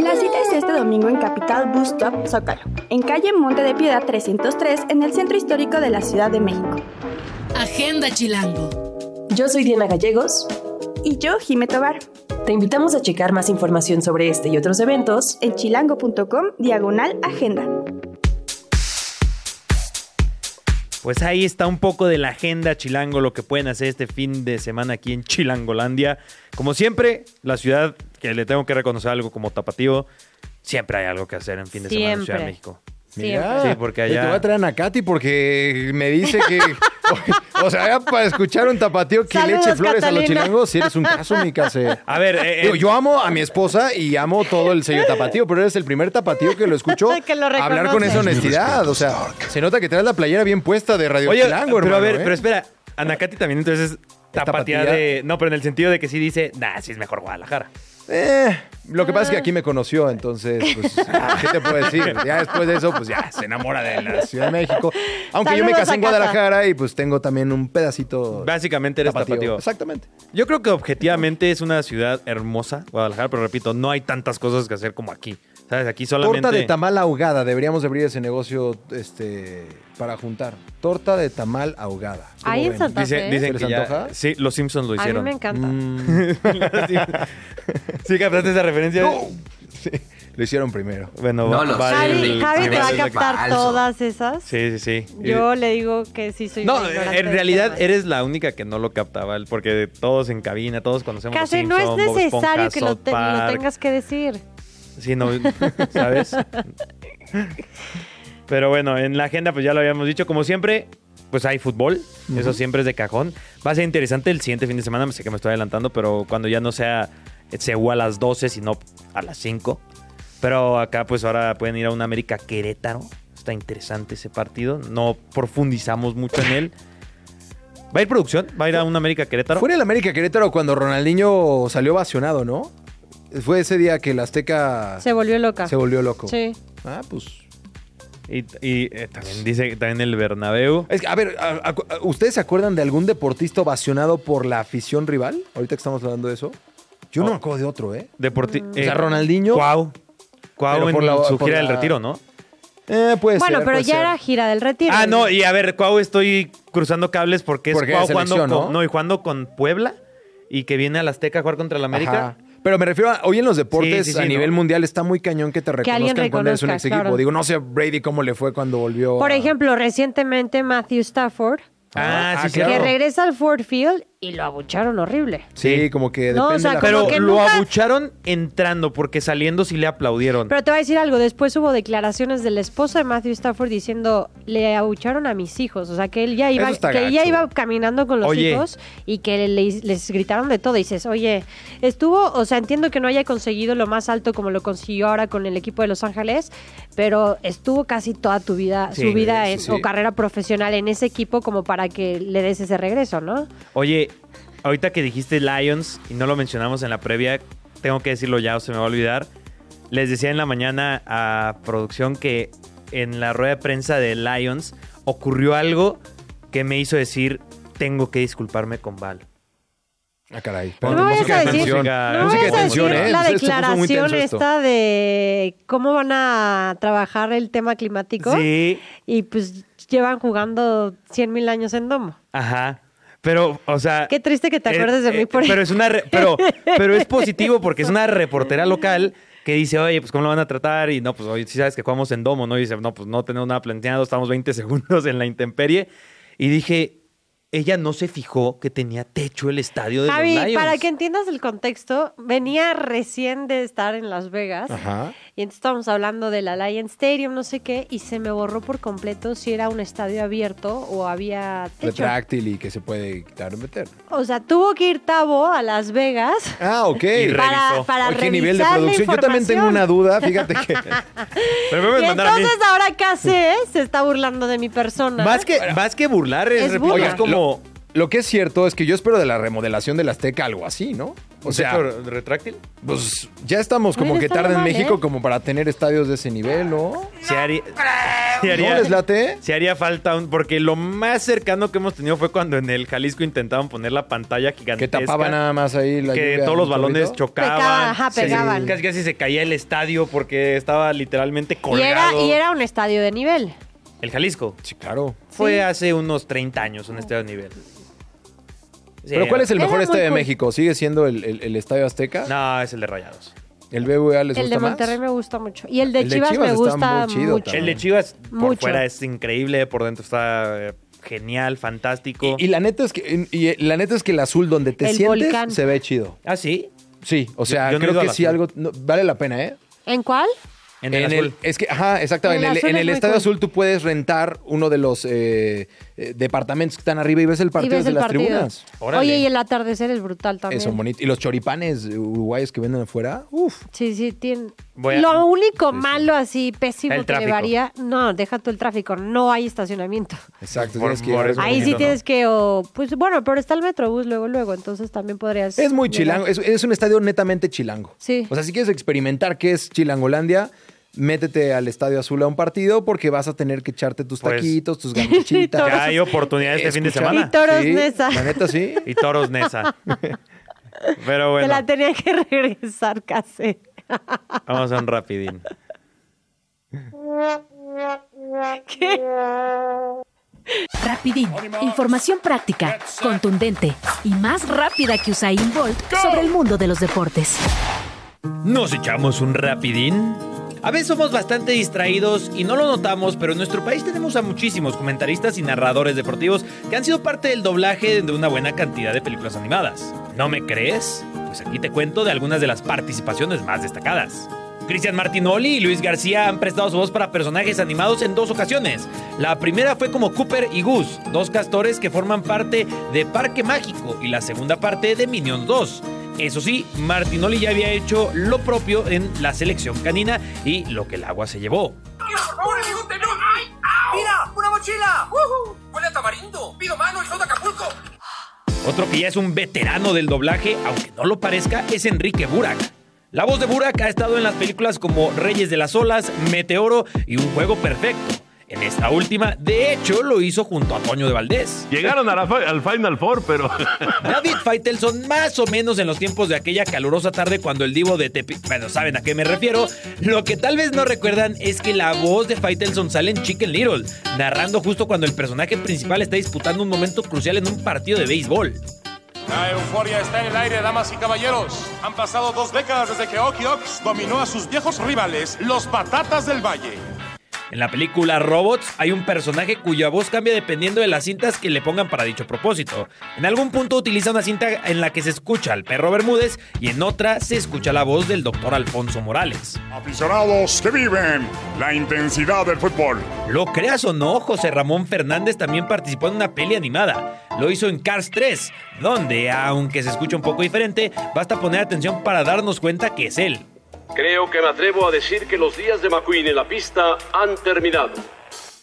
La cita es este domingo en Capital Bus Stop Zócalo, en calle Monte de Piedad 303 en el centro histórico de la Ciudad de México. Agenda Chilango. Yo soy Diana Gallegos. Y yo, Jime Tobar, Te invitamos a checar más información sobre este y otros eventos. en chilango.com diagonal agenda. Pues ahí está un poco de la agenda chilango, lo que pueden hacer este fin de semana aquí en Chilangolandia. Como siempre, la ciudad, que le tengo que reconocer algo como tapatío, siempre hay algo que hacer en fin de semana en Ciudad de Siempre. México. Mira, Sí, porque allá- Te voy a traer a Katy porque me dice que. [LAUGHS] o sea, ya para escuchar un tapatío que le eche Saludos, flores a los Catalina. chilangos, si eres un caso, [LAUGHS] mi case. A ver, eh, eh, Digo, yo amo a mi esposa y amo todo el sello tapatío, pero eres el primer tapatío que lo escucho [LAUGHS] Que lo reconoce. hablar con esa honestidad. O sea, se nota que traes la playera bien puesta de Radio oye, Chilango, pero a hermano, ver, ¿eh? pero espera, Anacati también entonces es tapatía, tapatía? de... No, pero en el sentido de que sí dice, nah, sí es mejor Guadalajara. Eh, lo que pasa es que aquí Ah. me conoció, entonces, [LAUGHS] pues, ¿qué te puedo decir? Ya después de eso, pues ya se enamora de la Ciudad de México. Aunque yo me Saludos casé en a Cata. Guadalajara y pues tengo también un pedacito. Básicamente eres tapatío. Exactamente. Yo creo que objetivamente es una ciudad hermosa, Guadalajara, pero repito, no hay tantas cosas que hacer como aquí. ¿Sabes? Aquí solamente... Torta de tamal ahogada. Deberíamos de abrir ese negocio este, para juntar. Torta de tamal ahogada. ¿Cómo Ahí en ven? Santa Dice- Fe. dice- dicen ¿Se que les ya- antoja? Sí, los Simpsons lo a mí hicieron. me encanta. [LAUGHS] Mm, sí, Sí, captaste esa referencia. [LAUGHS] Sí, lo hicieron primero. Bueno, No va- lo va sé. Javi, el- Javi sí, te va a sí, captar falso. todas esas. Sí, sí, sí. Yo le digo que sí soy no, una ignorante en del realidad tema. eres la única que no lo captaba, el- porque todos en cabina, todos conocemos. los Casi no es Simpson, Bob Esponja, necesario que lo, South te- lo Park. tengas que decir. Sí, no, ¿sabes? Pero bueno, en la agenda, pues ya lo habíamos dicho, como siempre, pues hay fútbol, eso siempre es de cajón. Va a ser interesante el siguiente fin de semana, sé que me estoy adelantando, pero cuando ya no sea CU a las 12, sino a las 5. Pero acá, pues ahora pueden ir a un América Querétaro. Está interesante ese partido, no profundizamos mucho en él. ¿Va a ir producción? ¿Va a ir a un América Querétaro? Fue en el América Querétaro cuando Ronaldinho salió vacionado, ¿no? Fue ese día que el Azteca Se volvió loca. se volvió loco. Sí. Ah, pues Y, y, eh, también dice que también el Bernabéu. Es que, a ver, a- a- ¿ustedes se acuerdan de algún deportista ovacionado por la afición rival? Ahorita que estamos hablando de eso. Yo Oh. no me acuerdo de otro, ¿eh? Deporti O sea, Ronaldinho. Cuau. Cuau Pero en por la- su por gira la- del retiro, ¿no? Eh, puede Bueno, ser, pero puede ya ser. era gira del retiro. Ah, no, y a ver, Cuau estoy cruzando cables porque es Porque Cuau era jugando selección, con, ¿no? ¿no? y jugando con Puebla y que viene al Azteca a jugar contra el América. Ajá. Pero me refiero a, hoy en los Sí, deportes sí, sí, a ¿no? nivel mundial está muy cañón que te Que alguien reconozcan cuando eres un reconozca, ex equipo. claro. Digo, no sé a Brady cómo le fue cuando volvió. Por a- ejemplo, recientemente Matthew Stafford, Ah, Ah, sí, ah, sí. claro. que regresa al Ford Field y lo abucharon horrible. Sí, Sí. como que depende No, o sea, de la como Pero que lo nunca- abucharon entrando porque saliendo sí le aplaudieron. Pero te voy a decir algo, después hubo declaraciones de la esposa de Matthew Stafford diciendo, le abucharon a mis hijos, o sea, que él ya iba, Eso está que ella gacho. iba caminando con los Oye. hijos y que le- les gritaron de todo. Y dices, oye, estuvo, o sea, entiendo que no haya conseguido lo más alto como lo consiguió ahora con el equipo de Los Ángeles, pero estuvo casi toda tu vida, Sí, su vida sí, en- sí. o carrera profesional en ese equipo como para que le des ese regreso, ¿no? Oye, ahorita que dijiste Lions y no lo mencionamos en la previa, tengo que decirlo ya o se me va a olvidar. Les decía en la mañana a producción que en la rueda de prensa de Lions ocurrió algo que me hizo decir, tengo que disculparme con Val. Ah, caray. No Ponte me vayas música a de decir, tensión. no me música de vayas a tensión, decir ¿eh? la Esto se puso muy declaración tenso esto. esta de cómo van a trabajar el tema climático. Sí, Y pues llevan jugando 100 mil años en domo. ajá. Pero, o sea... Qué triste que te Eh, acuerdes de eh, mí por pero es una re- [LAUGHS] pero pero es positivo porque es una reportera local que dice, oye, pues cómo lo van a tratar y no, pues oye, sí sabes que jugamos en domo, ¿no? Y dice, no, pues no tenemos nada planteado, estamos 20 [LAUGHS] segundos en la intemperie. Y dije, ella no se fijó que tenía techo el estadio de Javi, los Lions. para que entiendas el contexto, venía recién de estar en Las Vegas Ajá. y entonces estábamos hablando del Alliance Stadium, no sé qué, y se me borró por completo si era un estadio abierto o había techo. Retráctil y que se puede quitar o meter. O sea, tuvo que ir Tavo a Las Vegas Ah, ok. Y Oye, para, revisó. para ¿Qué nivel de revisar la producción? Yo también tengo información. una duda, fíjate que... [LAUGHS] Pero me voy Y a mandar a mí. entonces ahora Case [LAUGHS] se está burlando de mi persona. Más que, más que burlar, Es es, repito, burla. es como... Lo que es cierto es que yo espero de la remodelación del Azteca algo así, ¿no? O sea, ¿Techo retráctil? pues ya estamos como Oye, que está tarde en mal, México ¿eh? como para tener estadios de ese nivel, ¿no? Se haría, se ¿No haría- les late? se haría falta un... Porque lo más cercano que hemos tenido fue cuando en el Jalisco intentaban poner la pantalla Que gigantesca. tapaba nada más ahí la que lluvia, todos los ¿no, balones Torito? chocaban. Pecaba, ajá, se- pegaban. casi casi se caía el estadio porque estaba literalmente y era, colgado. y era un estadio de nivel. El Jalisco. Sí, claro. Fue hace unos 30 años un estadio de nivel. Sí, ¿Pero cuál es el Era mejor muy estadio de cool. México? ¿Sigue siendo el, el- el Estadio Azteca? No, es el de Rayados. ¿El BBVA les El gusta de más? Monterrey me gusta mucho. Y el de El de Chivas, Chivas me está gusta muy chido mucho. también. El de Chivas por Mucho. fuera es increíble, por dentro está eh, genial, fantástico. Y la neta es que, y la neta es que el azul donde te El sientes volcán. se ve chido. ah, sí. Sí, o sea, yo no he creo ido que al sí azul. algo no, vale la pena, ¿eh? ¿En cuál? En el azul. es que, ajá, exactamente. En En el el, azul en es el muy Estadio cool. Azul tú puedes rentar uno de los eh, eh, departamentos que están arriba y ves el partido y ves desde el las partido. tribunas. Órale. Oye, y el atardecer es brutal también. Eso, bonito. Y los choripanes uruguayos que venden afuera. Uf. Sí, sí, tiene. Voy a- Lo único malo, así pésimo El que tráfico. llevaría. No, deja tú el tráfico. No hay estacionamiento. Exacto. Por- tienes que por llevar eso. eso. Ahí sí bonito, tienes que. o- pues bueno, pero está el metrobús luego, luego. Entonces también podrías. Es muy llegar. chilango. Es, es un estadio netamente chilango. Sí. O sea, si quieres experimentar qué es Chilangolandia, métete al Estadio Azul a un partido porque vas a tener que echarte tus Pues- taquitos, [LAUGHS] tus ganchitas. Ya hay oportunidad este fin de semana. Y toros Sí, Nesa. La neta, [LAUGHS] sí. Y Toros [LAUGHS] Nesa. Pero Te bueno, la tenía que [LAUGHS] regresar, casi. vamos a un rapidín. Rapidín, información práctica, contundente y más rápida que Usain Bolt sobre el mundo de los deportes. ¿Nos echamos un rapidín? A veces somos bastante distraídos y no lo notamos, pero en nuestro país tenemos a muchísimos comentaristas y narradores deportivos que han sido parte del doblaje de una buena cantidad de películas animadas. ¿No me crees? Pues aquí te cuento de algunas de las participaciones más destacadas. Cristian Martinoli y Luis García han prestado su voz para personajes animados en dos ocasiones. La primera fue como Cooper y Gus, dos castores que forman parte de Parque Mágico, y la segunda parte de Minions 2. Eso sí, Martinoli ya había hecho lo propio en la selección canina y lo que el agua se llevó. ¡Mira! ¡Una mochila! ¡Huele a tamarindo! ¡Pido mano y soda Acapulco! Otro que ya es un veterano del doblaje, aunque no lo parezca, es Enrique Burak. La voz de Burak ha estado en las películas como Reyes de las Olas, Meteoro y Un Juego Perfecto. En esta última, de hecho, lo hizo junto a Toño de Valdés. Llegaron a la fi- al Final Four, pero David Faitelson, más o menos en los tiempos de aquella calurosa tarde cuando el divo de Tepi... Bueno, saben a qué me refiero. Lo que tal vez no recuerdan es que la voz de Faitelson sale en Chicken Little, narrando justo cuando el personaje principal está disputando un momento crucial en un partido de béisbol. La euforia está en el aire, damas y caballeros. Han pasado dos décadas desde que Oki Ox dominó a sus viejos rivales, los Patatas del Valle. En la película Robots hay un personaje cuya voz cambia dependiendo de las cintas que le pongan para dicho propósito. En algún punto utiliza una cinta en la que se escucha al perro Bermúdez y en otra se escucha la voz del doctor Alfonso Morales. Aficionados que viven la intensidad del fútbol. Lo creas o no, José Ramón Fernández también participó en una peli animada. Lo hizo en Cars 3, donde, aunque se escucha un poco diferente, basta poner atención para darnos cuenta que es él. Creo que me atrevo a decir que los días de McQueen en la pista han terminado.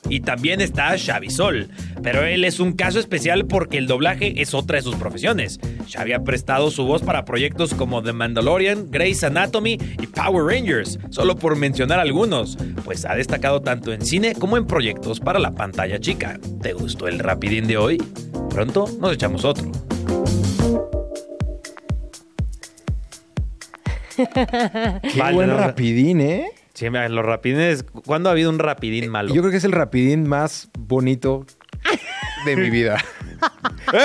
Y también está Xavi Sol, pero él es un caso especial porque el doblaje es otra de sus profesiones. Xavi ha prestado su voz para proyectos como The Mandalorian, Grey's Anatomy y Power Rangers, solo por mencionar algunos, pues ha destacado tanto en cine como en proyectos para la pantalla chica. ¿Te gustó el rapidín de hoy? Pronto nos echamos otro. [LAUGHS] Qué Vale, buen no, no. rapidín, ¿eh? Sí, mira, los rapidines, ¿cuándo ha habido un rapidín malo? Yo creo que es el rapidín más bonito de mi vida. [LAUGHS]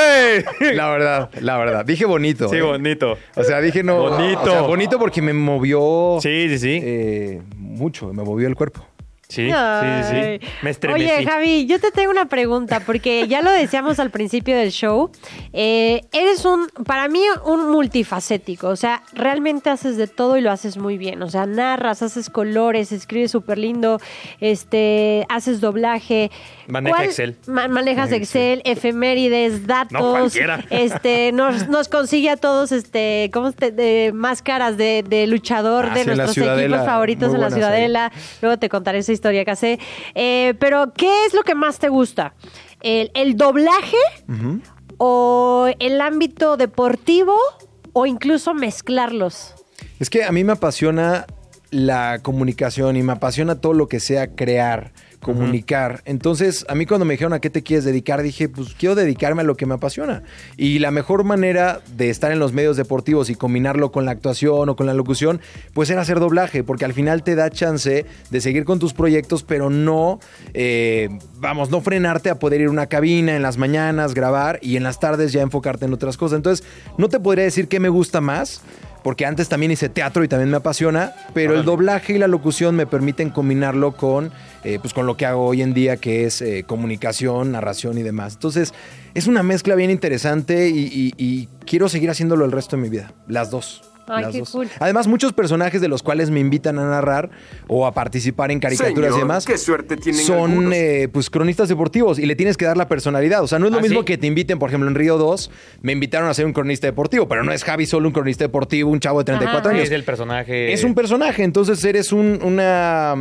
La verdad, la verdad. Dije bonito. Sí, ¿eh? bonito. O sea, dije no. Bonito. o sea, bonito porque me movió Sí, sí, sí. eh, mucho, me movió el cuerpo. Sí, sí, sí, Ay. sí. Me estremecí. Oye, Javi, yo te tengo una pregunta, porque ya lo decíamos al principio del show. Eh, eres un, para mí, un multifacético. O sea, realmente haces de todo y lo haces muy bien. O sea, narras, haces colores, escribes súper lindo, este, haces doblaje. Maneja ¿Cuál- Excel. ma- manejas Excel, efemérides, datos. cualquiera. Este, nos, nos consigue a todos este, ¿cómo te- de máscaras de, de luchador Ah, de sí, en la nuestros Ciudadela. equipos favoritos Muy en la buenas ahí. Ciudadela. Puebla. Luego te contaré esa historia que hace. Eh, pero, ¿qué es lo que más te gusta? ¿El, el doblaje o el ámbito deportivo o incluso mezclarlos? Es que a mí me apasiona la comunicación y me apasiona todo lo que sea crear, comunicar. Entonces, a mí cuando me dijeron a qué te quieres dedicar, dije, pues quiero dedicarme a lo que me apasiona. Y la mejor manera de estar en los medios deportivos y combinarlo con la actuación o con la locución, pues era hacer doblaje, porque al final te da chance de seguir con tus proyectos, pero no, eh, vamos, no frenarte a poder ir a una cabina en las mañanas, grabar y en las tardes ya enfocarte en otras cosas. Entonces, no te podría decir qué me gusta más porque antes también hice teatro y también me apasiona, pero el doblaje y la locución me permiten combinarlo con, eh, pues con lo que hago hoy en día, que es eh, comunicación, narración y demás. Entonces, es una mezcla bien interesante y, y- y quiero seguir haciéndolo el resto de mi vida, las dos. Ay, las qué dos. cool. Además, muchos personajes de los cuales me invitan a narrar o a participar en caricaturas y Señor, demás qué suerte tienen son algunos. eh, pues cronistas deportivos y le tienes que dar la personalidad. O sea, no es lo ¿Ah, mismo sí? que te inviten, por ejemplo, en Río 2, me invitaron a ser un cronista deportivo, pero no es Javi solo un cronista deportivo, un chavo de 34 Sí, años. es el personaje. Es un personaje, entonces eres un, una...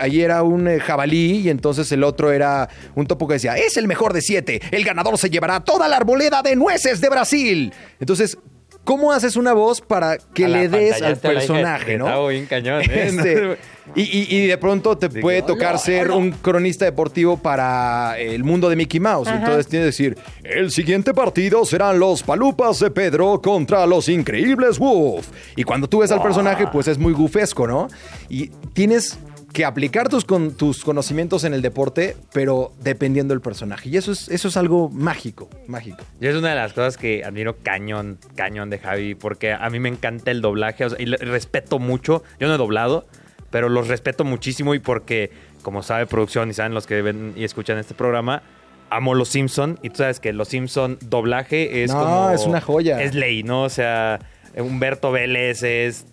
Ahí era un eh, jabalí y entonces el otro era un topo que decía, es el mejor de siete, el ganador se llevará toda la arboleda de nueces de Brasil. Entonces, ¿cómo haces una voz para que A la le des al pantallaste a la hija de personaje, no? Tao, [LAUGHS] bien cañón, ¿eh? [LAUGHS] [LAUGHS] Este, y, y- y de pronto te puede tocar ser un cronista deportivo para el mundo de Mickey Mouse. Ajá. Entonces tienes que decir, el siguiente partido serán los Palupas de Pedro contra los increíbles Wolf. Y cuando tú ves al personaje, pues es muy gufesco, ¿no? Y tienes que aplicar tus, con, tus conocimientos en el deporte, pero dependiendo del personaje. Y eso es, eso es algo mágico, mágico. Yo es una de las cosas que admiro cañón, cañón de Javi, porque a mí me encanta el doblaje o sea, y le- respeto mucho. Yo no he doblado, pero los respeto muchísimo y porque, como sabe producción y saben los que ven y escuchan este programa, amo Los Simpson y tú sabes que Los Simpson doblaje es No, como... es una joya. Es ley, ¿no? O sea, Humberto Vélez es...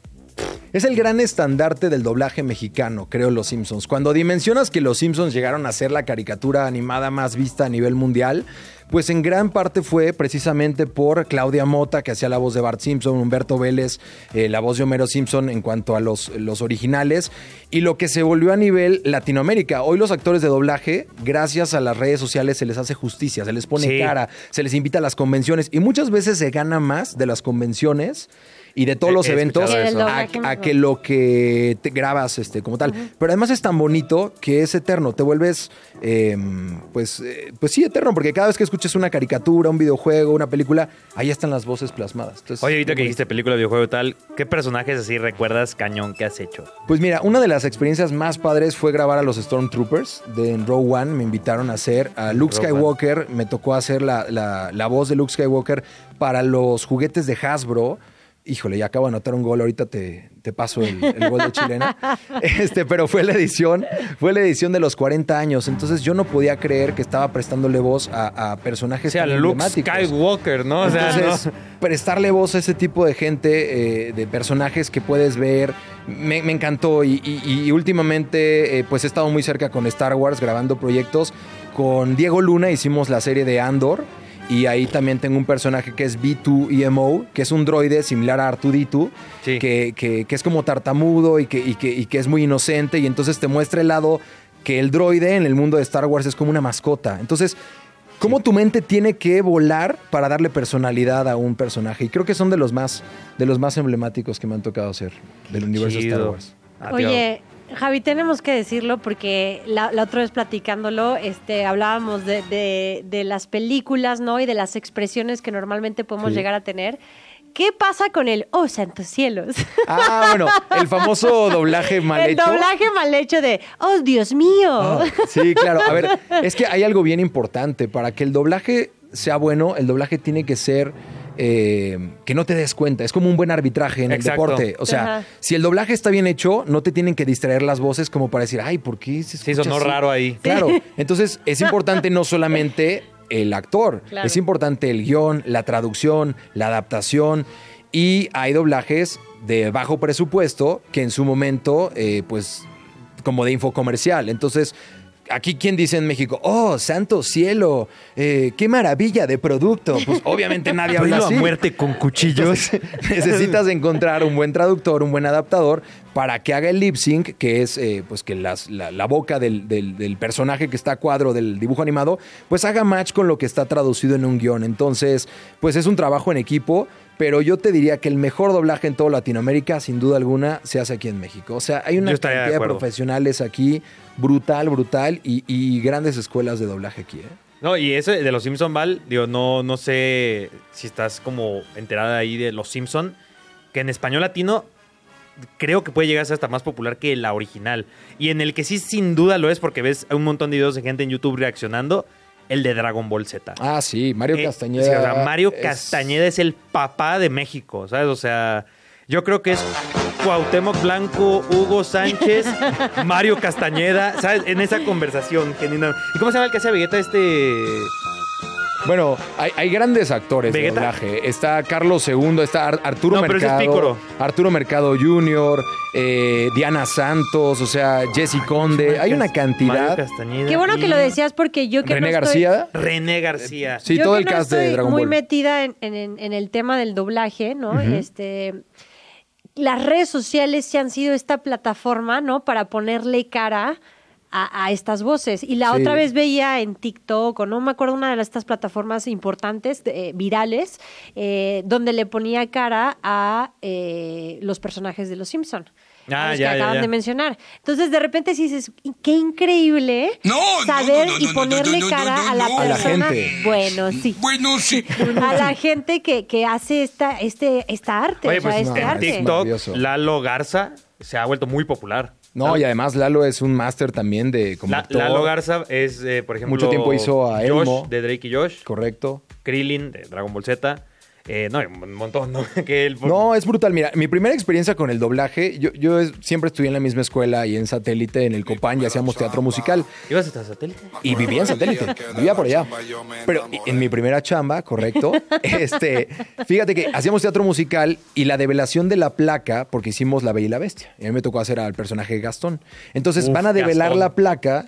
Es el gran estandarte del doblaje mexicano, creo, Los Simpsons. Cuando dimensionas que Los Simpsons llegaron a ser la caricatura animada más vista a nivel mundial, pues en gran parte fue precisamente por Claudia Mota, que hacía la voz de Bart Simpson, Humberto Vélez, eh, la voz de Homero Simpson en cuanto a los, los originales, y lo que se volvió a nivel Latinoamérica. Hoy los actores de doblaje, gracias a las redes sociales, se les hace justicia, se les pone Sí. cara, se les invita a las convenciones, y muchas veces se gana más de las convenciones. Y de todos He- los he eventos escuchado Que del eso. a, doblaje a mismo. que lo que te grabas este, como tal. Pero además es tan bonito que es eterno. Te vuelves, eh, pues, eh, pues sí, eterno, porque cada vez que escuches una caricatura, un videojuego, una película, ahí están las voces plasmadas. Entonces, Oye, ahorita muy que bonito. dijiste película, videojuego y tal, ¿qué personajes así recuerdas cañón que has hecho? Pues mira, una de las experiencias más padres fue grabar a los Stormtroopers de en Row One. Me invitaron a hacer a Luke Rogue Skywalker. Me tocó hacer la, la- la voz de Luke Skywalker para los juguetes de Hasbro. Híjole, ya acabo de anotar un gol. Ahorita te, te paso el, el gol de chilena. Este, pero fue la edición, fue la edición de los 40 años. Entonces yo no podía creer que estaba prestándole voz a, a O personajes sea, tan Luke emblemáticos. Skywalker, ¿no? O sea, Entonces, ¿no? prestarle voz a ese tipo de gente, eh, de personajes que puedes ver, me, me encantó. Y, y- y últimamente, eh, pues he estado muy cerca con Star Wars grabando proyectos. Con Diego Luna hicimos la serie de Andor. Y ahí también tengo un personaje que es B2EMO, que es un droide similar a R2D2, Sí. que, que- que es como tartamudo y que, y que- y que es muy inocente. Y entonces te muestra el lado que el droide en el mundo de Star Wars es como una mascota. Entonces, ¿cómo tu mente tiene que volar para darle personalidad a un personaje? Y creo que son de los más, de los más emblemáticos que me han tocado hacer del universo Chido. Star Wars. Ah, Oye, Javi, tenemos que decirlo porque la, la otra vez platicándolo, este, hablábamos de, de- de las películas, ¿no? Y de las expresiones que normalmente podemos Sí. llegar a tener. ¿Qué pasa con el oh santos cielos? Ah, bueno, [LAUGHS] el famoso doblaje mal el hecho. doblaje mal hecho de oh Dios mío. Ah, sí, claro. A ver, es que hay algo bien importante. Para que el doblaje sea bueno, el doblaje tiene que ser eh, que no te des cuenta. Es como un buen arbitraje en Exacto. el deporte. O sea, Ajá. si el doblaje está bien hecho, no te tienen que distraer las voces como para decir, ay, ¿por qué se Sí, escucha sonó así?". raro ahí. [LAUGHS] Claro. Entonces, es importante no solamente el actor, Claro. es importante el guión, la traducción, la adaptación. Y hay doblajes de bajo presupuesto que en su momento, eh, pues, como de infocomercial. Entonces. Aquí, ¿quién dice en México? ¡Oh, santo cielo! eh, ¡Qué maravilla de producto! Pues obviamente nadie habla Duelo a así. muerte con [LAUGHS] cuchillos. Necesitas encontrar un buen traductor, un buen adaptador para que haga el lip sync, que es eh, pues que las- la, la boca del, del- del personaje que está a cuadro del dibujo animado, pues haga match con lo que está traducido en un guión. Entonces, pues es un trabajo en equipo, pero yo te diría que el mejor doblaje en toda Latinoamérica, sin duda alguna, se hace aquí en México. O sea, hay una Yo estaría de cantidad de acuerdo. profesionales aquí, brutal, brutal, y, y grandes escuelas de doblaje aquí. ¿eh? No, y eso de los Simpson Val, digo, no, no sé si estás como enterada ahí de los Simpson, que en español latino creo que puede llegar a ser hasta más popular que la original. Y en el que sí sin duda lo es porque ves un montón de videos de gente en YouTube reaccionando, el de Dragon Ball Z. Ah, sí, Mario Eh, Castañeda. sí, o sea, Mario es- Castañeda es el papá de México, ¿sabes? O sea, yo creo que es Cuauhtémoc Blanco, Hugo [LAUGHS] Sánchez, Mario Castañeda, ¿sabes? En esa conversación genuina. ¿Y cómo se llama el que hace a Vegeta este...? Bueno, hay, hay grandes actores de ¿Vegeta? doblaje. Está Carlos II, está Ar- Arturo No, pero ese es Mercado. Pícoro. Arturo Mercado Jr., eh, Diana Santos, o sea, Jesse Conde. Hay una Mario cantidad. Castañeda Qué bueno que y lo decías porque yo que René no estoy- García. René García. Eh, Sí, yo todo que el no cast de estoy Dragon muy Ball. metida en, en- en- en el tema del doblaje, ¿no? Este las redes sociales se han sido esta plataforma, ¿no? Para ponerle cara a, a estas voces. Y la Sí. otra vez veía en TikTok, o no me acuerdo, una de estas plataformas importantes, de- eh, virales, eh, donde le ponía cara a eh, los personajes de Los Simpson. Ah, a los ya, que ya, acaban ya. de mencionar. Entonces, de repente sí dices, qué increíble No, no, saber no, no, y no, no, ponerle no, no, cara no, a la no. A la persona. gente. Bueno, sí. Bueno, sí. A la gente que, que hace esta, este, esta arte, Oye, o sea, pues este no, en es arte. TikTok, maravilloso. Lalo Garza se ha vuelto muy popular. No, y además Lalo es un máster también de como La- actor. Lalo Garza es, eh, por ejemplo... Mucho tiempo hizo a Elmo. Josh, de Drake y Josh. Correcto. Krillin, de Dragon Ball Z. Eh, no, hay un montón, ¿no? [LAUGHS] que él... No, es brutal. Mira, mi primera experiencia con el doblaje, yo, yo es- siempre estudié en la misma escuela y en satélite, en el Copán, y hacíamos teatro musical. ¿Ibas hasta satélite? Y vivía en satélite, vivía por allá. Pero en mi primera chamba, [LAUGHS] correcto. Este, fíjate que hacíamos teatro musical y la develación de la placa, porque hicimos La Bella y la Bestia. Y a mí me tocó hacer al personaje de Gastón. Entonces Uf, van a develar Gastón. la placa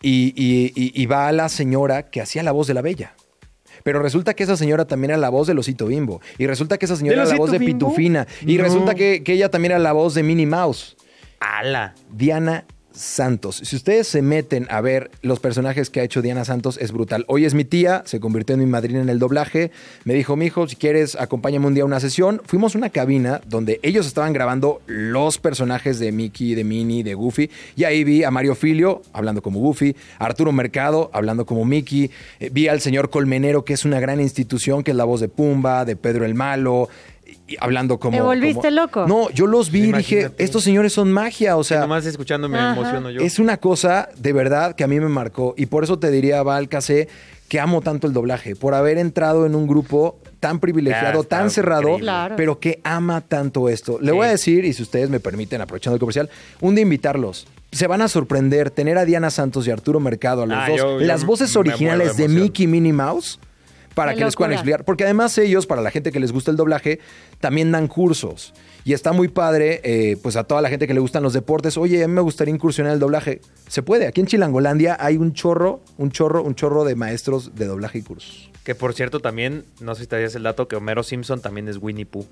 y, y- y- y va a la señora que hacía la voz de la Bella. Pero resulta que esa señora también era la voz del osito bimbo. Y resulta que esa señora ¿Del era la voz Osito de Bimbo? Pitufina. Y No. resulta que, que ella también era la voz de Minnie Mouse. ¡Ala! Diana Santos. Si ustedes se meten a ver los personajes que ha hecho Diana Santos, es brutal. Hoy es mi tía, se convirtió en mi madrina en el doblaje. Me dijo, mijo, si quieres, acompáñame un día a una sesión. Fuimos a una cabina donde ellos estaban grabando los personajes de Mickey, de Minnie, de Goofy. Y ahí vi a Mario Filio hablando como Goofy, a Arturo Mercado hablando como Mickey. eh, vi al señor Colmenero, que es una gran institución, que es la voz de Pumba, de Pedro el Malo. y- y hablando como. ¿Te volviste como- loco? No, yo los vi y dije, Imagínate. estos señores son magia. O sea, Nomás escuchando me Ajá. emociono yo. es una cosa de verdad que a mí me marcó y por eso te diría, Val Casé, que amo tanto el doblaje, por haber entrado en un grupo tan Ah, privilegiado, está tan cerrado, increíble. Claro. pero que ama tanto esto. Le Sí. voy a decir, y si ustedes me permiten, aprovechando el comercial, un día invitarlos. Se van a sorprender tener a Diana Santos y Arturo Mercado, a los Ah, dos, yo- yo las voces me muero de originales de emoción. Mickey y Minnie Mouse, para Qué que les puedan locura. explicar. Porque además ellos, para la gente que les gusta el doblaje, también dan cursos. Y está muy padre, eh, pues a toda la gente que le gustan los deportes, oye, a mí me gustaría incursionar en el doblaje. Se puede. Aquí en Chilangolandia hay un chorro, un chorro, un chorro de maestros de doblaje y cursos. Que por cierto también, no sé si te habías el dato, que Homero Simpson también es Winnie Pooh.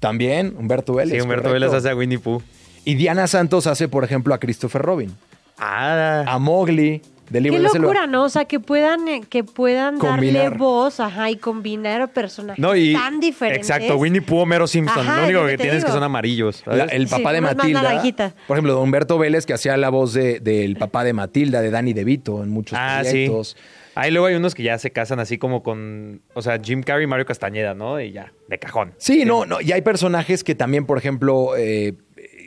También Humberto Vélez. Sí, Humberto correcto. Vélez hace a Winnie Pooh. Y Diana Santos hace, por ejemplo, a Christopher Robin. a Mowgli del libro Qué de la selva. locura, ¿no? O sea, que puedan, eh, que puedan darle Combinar. voz, ajá, y combinar personajes No, y- tan diferentes. Exacto, Winnie Pooh, Homero Simpson. Ajá, lo único es lo que, que te tienes es que digo. son amarillos. La- ¿sabes? el Sí, papá de más- más Matilda. naranjita. Por ejemplo, de Humberto Vélez, que hacía la voz de- del papá de Matilda, de Danny DeVito, en muchos Ah, sí. proyectos. Ahí luego hay unos que ya se casan así como con, o sea, Jim Carrey y Mario Castañeda, ¿no? Y ya, de cajón. Sí, no, no. Y hay personajes que también, por ejemplo, eh,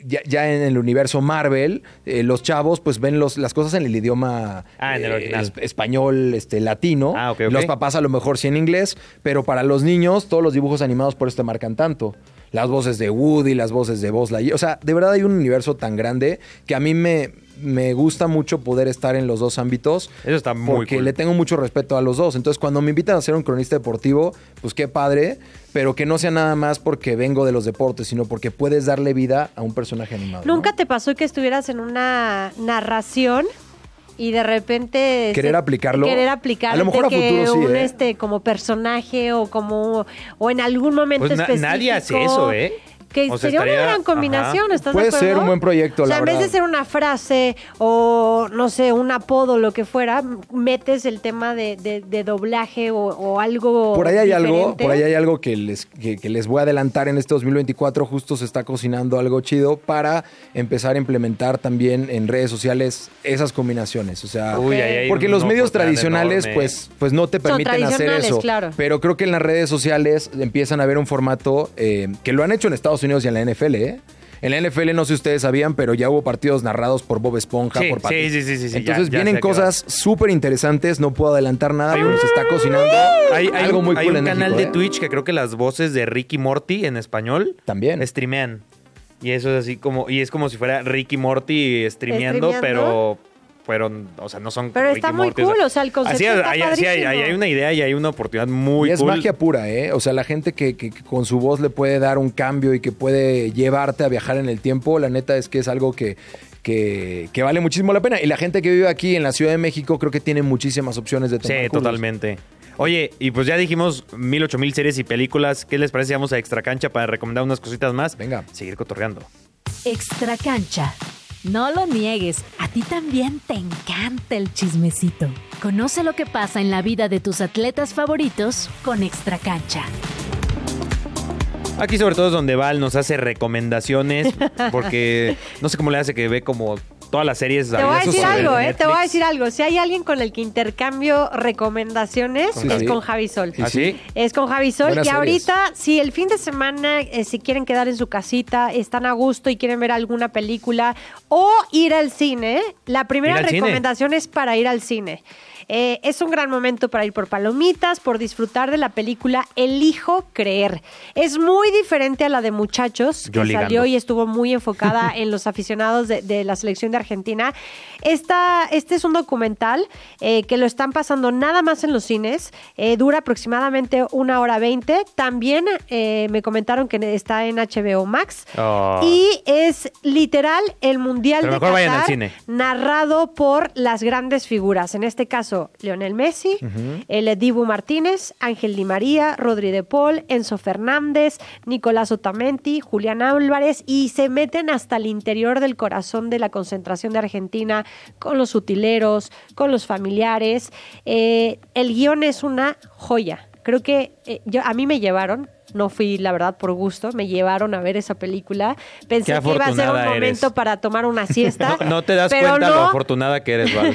ya, ya en el universo Marvel, eh, los chavos pues ven los, las cosas en el idioma Ah, en el eh, original. es- español, este, latino. Ah, ok, ok. Los papás a lo mejor sí en inglés, pero para los niños todos los dibujos animados por eso te marcan tanto. Las voces de Woody, las voces de Buzz Lightyear. O sea, de verdad hay un universo tan grande que a mí me, me gusta mucho poder estar en los dos ámbitos. Eso está muy Porque cool. le tengo mucho respeto a los dos. Entonces, cuando me invitan a ser un cronista deportivo, pues qué padre, pero que no sea nada más porque vengo de los deportes, sino porque puedes darle vida a un personaje animado. ¿no? ¿Nunca te pasó que estuvieras en una narración y de repente... Querer aplicarlo. Querer aplicarlo. A lo mejor a que futuro sí, un, ¿eh? este, como personaje o como... O en algún momento Pues na- específico. nadie hace eso, ¿eh? Que O sea, sería una estaría- gran combinación, ajá. ¿estás de Puede acuerdo? ser un buen proyecto, O sea, la en vez de verdad. ser una frase o, no sé, un apodo, lo que fuera, metes el tema de, de- de doblaje o, o algo Por ahí hay algo, diferente. por ahí hay algo que les, que, que les voy a adelantar en este 2024. Justo se está cocinando algo chido para empezar a implementar también en redes sociales esas combinaciones. O sea, Uy, ahí hay porque un los medios oportunidad tradicionales, enorme. pues, pues no te Son permiten hacer tradicionales, eso. claro. Pero creo que en las redes sociales empiezan a ver un formato eh, que lo han hecho en Estados Unidos y en la NFL, ¿eh? En la NFL, no sé si ustedes sabían, pero ya hubo partidos narrados por Bob Esponja, Sí, por Pati. sí, sí, sí, sí, sí, ya, Entonces ya vienen sé a qué vas. cosas súper interesantes. No puedo adelantar nada, Hay pero un- se está cocinando Hay, hay algo un- muy hay cool un en canal México, de ¿eh? Twitch que creo que las voces de Ricky Morty en español También. streamean. Y eso es así como, y es como si fuera Ricky Morty streameando, Streameando. pero fueron, o sea, no son Pero Ricky está muy Morty, cool, o sea, el concepto así, está hay, así hay, padrísimo. hay- hay una idea y hay una oportunidad muy y es cool. magia pura, ¿eh? O sea, la gente que, que- que con su voz le puede dar un cambio y que puede llevarte a viajar en el tiempo, la neta es que es algo que, que, que vale muchísimo la pena. Y la gente que vive aquí en la Ciudad de México creo que tiene muchísimas opciones de Sí, tomar cursos. totalmente. Oye, y pues ya dijimos mil, ocho mil series y películas. ¿Qué les parece si vamos a Extra Cancha para recomendar unas cositas más? Venga. Seguir cotorreando. Extra cancha. No lo niegues, a ti también te encanta el chismecito. Conoce lo que pasa en la vida de tus atletas favoritos con Extra Cancha. Aquí sobre todo es donde Val nos [LAUGHS] hace recomendaciones porque no sé cómo le hace que ve como todas las series. Te voy a habidas y decir por haber algo, en ¿eh? Te voy a Netflix. decir algo. Si hay alguien con el que intercambio recomendaciones, Sí, es sí. con Javi Sol. ¿Ah, sí? Es con Javi Sol. Buenas y series. ahorita, si el fin de semana, eh, si quieren quedar en su casita, están a gusto y quieren ver alguna película o ir al cine, la primera Ir al cine. recomendación es para ir al cine. Eh, es un gran momento para ir por palomitas, por disfrutar de la película Elijo Creer. Es muy diferente a la de Muchachos, que Yo ligando. salió y estuvo muy [LAUGHS] enfocada en los aficionados de, de la selección de Argentina. Esta, este es un documental eh, que lo están pasando nada más en los cines. Eh, dura aproximadamente una hora veinte. También eh, me comentaron que está en HBO Max. Oh. Y es literal el Mundial Pero de mejor vayan al Qatar cine. narrado por las grandes figuras. En este caso, Lionel Messi, el Dibu Martínez, Ángel Di María, Rodri de Paul, Enzo Fernández, Nicolás Otamendi, Julián Álvarez y se meten hasta el interior del corazón de la concentración de Argentina con los utileros, con los familiares. Eh, el guión es una joya. Creo que eh, yo, a mí me llevaron. No fui, la verdad, por gusto. Me llevaron a ver esa película. Pensé Qué que iba a ser un afortunada eres. momento para tomar una siesta. No, no te das pero cuenta no. lo afortunada que [LAUGHS] eres, Val.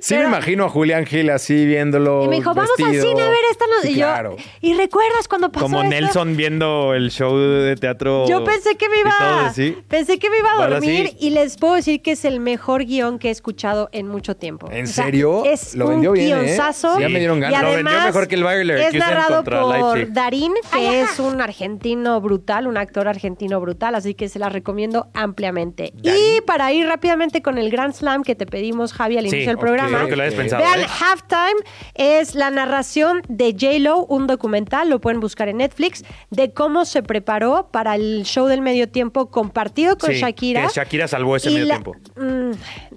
Sí Pero- me imagino a Julián Gil así viéndolo Y me dijo, vamos al vestido". cine a ver esta. no-". Sí, y, yo, claro. y recuerdas cuando pasó Como esto?". Nelson viendo el show de teatro. Yo pensé que me y iba, todo así. pensé que me iba a Ahora sí. dormir y les puedo decir que es el mejor guión que he escuchado en mucho tiempo. ¿En O sea, serio? es Lo un vendió bien, ¿eh? guionzazo. Sí, ya me dieron ganas. Y Lo vendió además mejor que el Bayer Es Leverkusen narrado contra por Leipzig. Darín, que es un argentino brutal, un actor argentino brutal, así que se la recomiendo ampliamente. Y para ir rápidamente con el Grand Slam que te pedimos, Javi, al Sí, inicio del ok, programa. creo que lo habías pensado, Vean ¿eh? Halftime es la narración de J-Lo, un documental, lo pueden buscar en Netflix, de cómo se preparó para el show del medio tiempo compartido con Sí, Shakira. que Shakira salvó ese Y medio la- tiempo. Mm,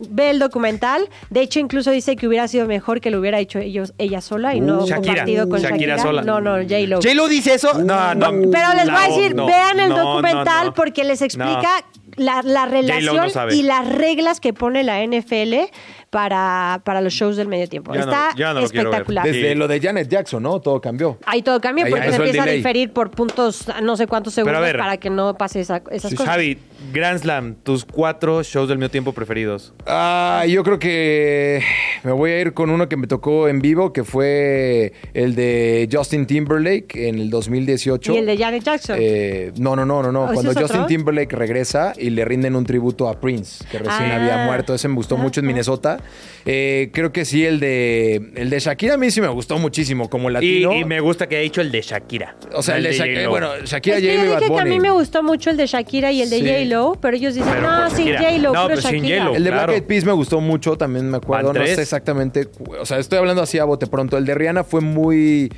ve el documental. De hecho, incluso dice que hubiera sido mejor que lo hubiera hecho ellos, ella sola y no Uh, Shakira, compartido con Shakira. Shakira sola. No, no, J-Lo. ¿J-Lo dice eso? No, no. Pero les la- voy a decir, no, vean el no, no, documental no. porque les explica la, la relación no sabe. y las reglas que pone la NFL para, para los shows del medio tiempo. Ya no- Está ya no lo quiero ver. espectacular. Desde lo de Janet Jackson, ¿no? Todo cambió. Ahí todo cambia Ahí porque se empezó el empieza a delay. diferir por puntos, no sé cuántos Pero a segundos ver. para que no pase esa- esas Sí, cosas. Javi, Grand Slam, tus cuatro shows del medio tiempo preferidos. Ah, yo creo que me voy a ir con uno que me tocó en vivo, que fue el de Justin Timberlake en el 2018. Y el de Janet Jackson. Eh, no, no, no, no, ¿O no. ese Cuando es otro? Justin Timberlake regresa y le rinden un tributo a Prince, que recién Ah. había muerto. Ese me gustó mucho en Minnesota. Eh, creo que sí, el de el de Shakira a mí sí me gustó muchísimo como Y, latino. y me gusta que haya dicho el de Shakira. o sea, el de J-Lo. Shakira, bueno, Shakira, es que J-Lo yo y dije Bad que a mí Bunny. me gustó mucho el de Shakira y el de Sí. J-Lo, pero ellos dicen, Pero no, por sin Shakira. J-Lo, No, pero pues sin Shakira. J-Lo. El de claro. Black Eyed Peas me gustó mucho, también me acuerdo. Van No tres. sé exactamente. cu- O sea, estoy hablando así a bote pronto. El de Rihanna fue muy.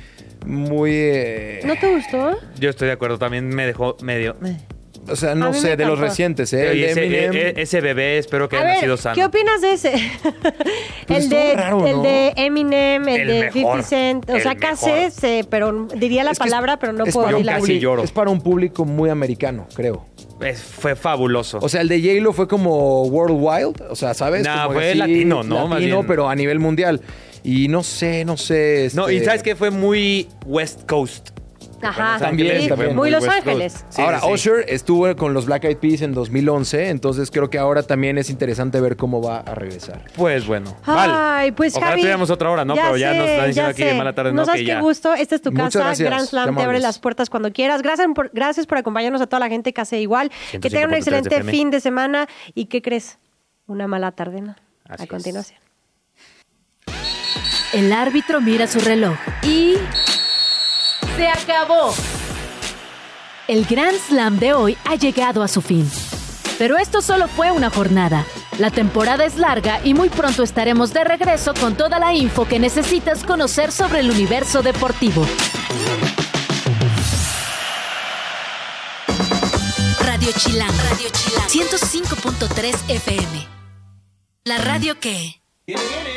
Muy. eh, ¿No te gustó? Yo estoy de acuerdo, también me dejó medio. o sea, a no mí me sé, de los encantó. recientes, ¿eh? El Oye, de ese, Eminem. e- e- ese bebé espero que A haya nacido ver, sano. ¿qué opinas de [LAUGHS] ese? el Pues estuvo de, raro, el ¿no? de Eminem, el, El de 50 mejor, Cent. O el sea, mejor. casi se, pero diría la Es que es- palabra, pero no es puedo para yo un decirla. casi publi- lloro. Es para un público muy americano, creo. Es- fue fabuloso. O sea, el de J-Lo fue como World Wild, o sea, ¿sabes? Nah, Como fue latino, ¿no? Más Latino, bien. pero a nivel mundial. Y no sé, no sé. no, y este- sabes que fue muy West Coast. Ajá, También, sí, también. muy Muy Los West Coast. Ángeles. Sí, ahora, sí, sí. Usher estuvo con los Black Eyed Peas en 2011, entonces creo que ahora también es interesante ver cómo va a regresar. Pues bueno. Val, Ay, pues Ojalá Javi, tuviéramos otra hora, ¿no? Pero ya nos están sé, ya diciendo aquí de sé. mala tarde, No ¿no? sabes Que qué ya. gusto. Esta es tu Muchas casa. gracias, Grand Slam te abre amables. las puertas cuando quieras. Gracias por, gracias por acompañarnos a toda la gente que hace igual. Que tengan un 105.3 excelente FM. fin de semana. ¿Y qué crees? Una mala tarde, ¿no? Así a es. continuación. El árbitro mira su reloj y... ¡Se acabó! El Grand Slam de hoy ha llegado a su fin. Pero esto solo fue una jornada. La temporada es larga y muy pronto estaremos de regreso con toda la info que necesitas conocer sobre el universo deportivo. Radio Chilán, Radio Chilán, 105.3 FM. La radio que... Get it, get it.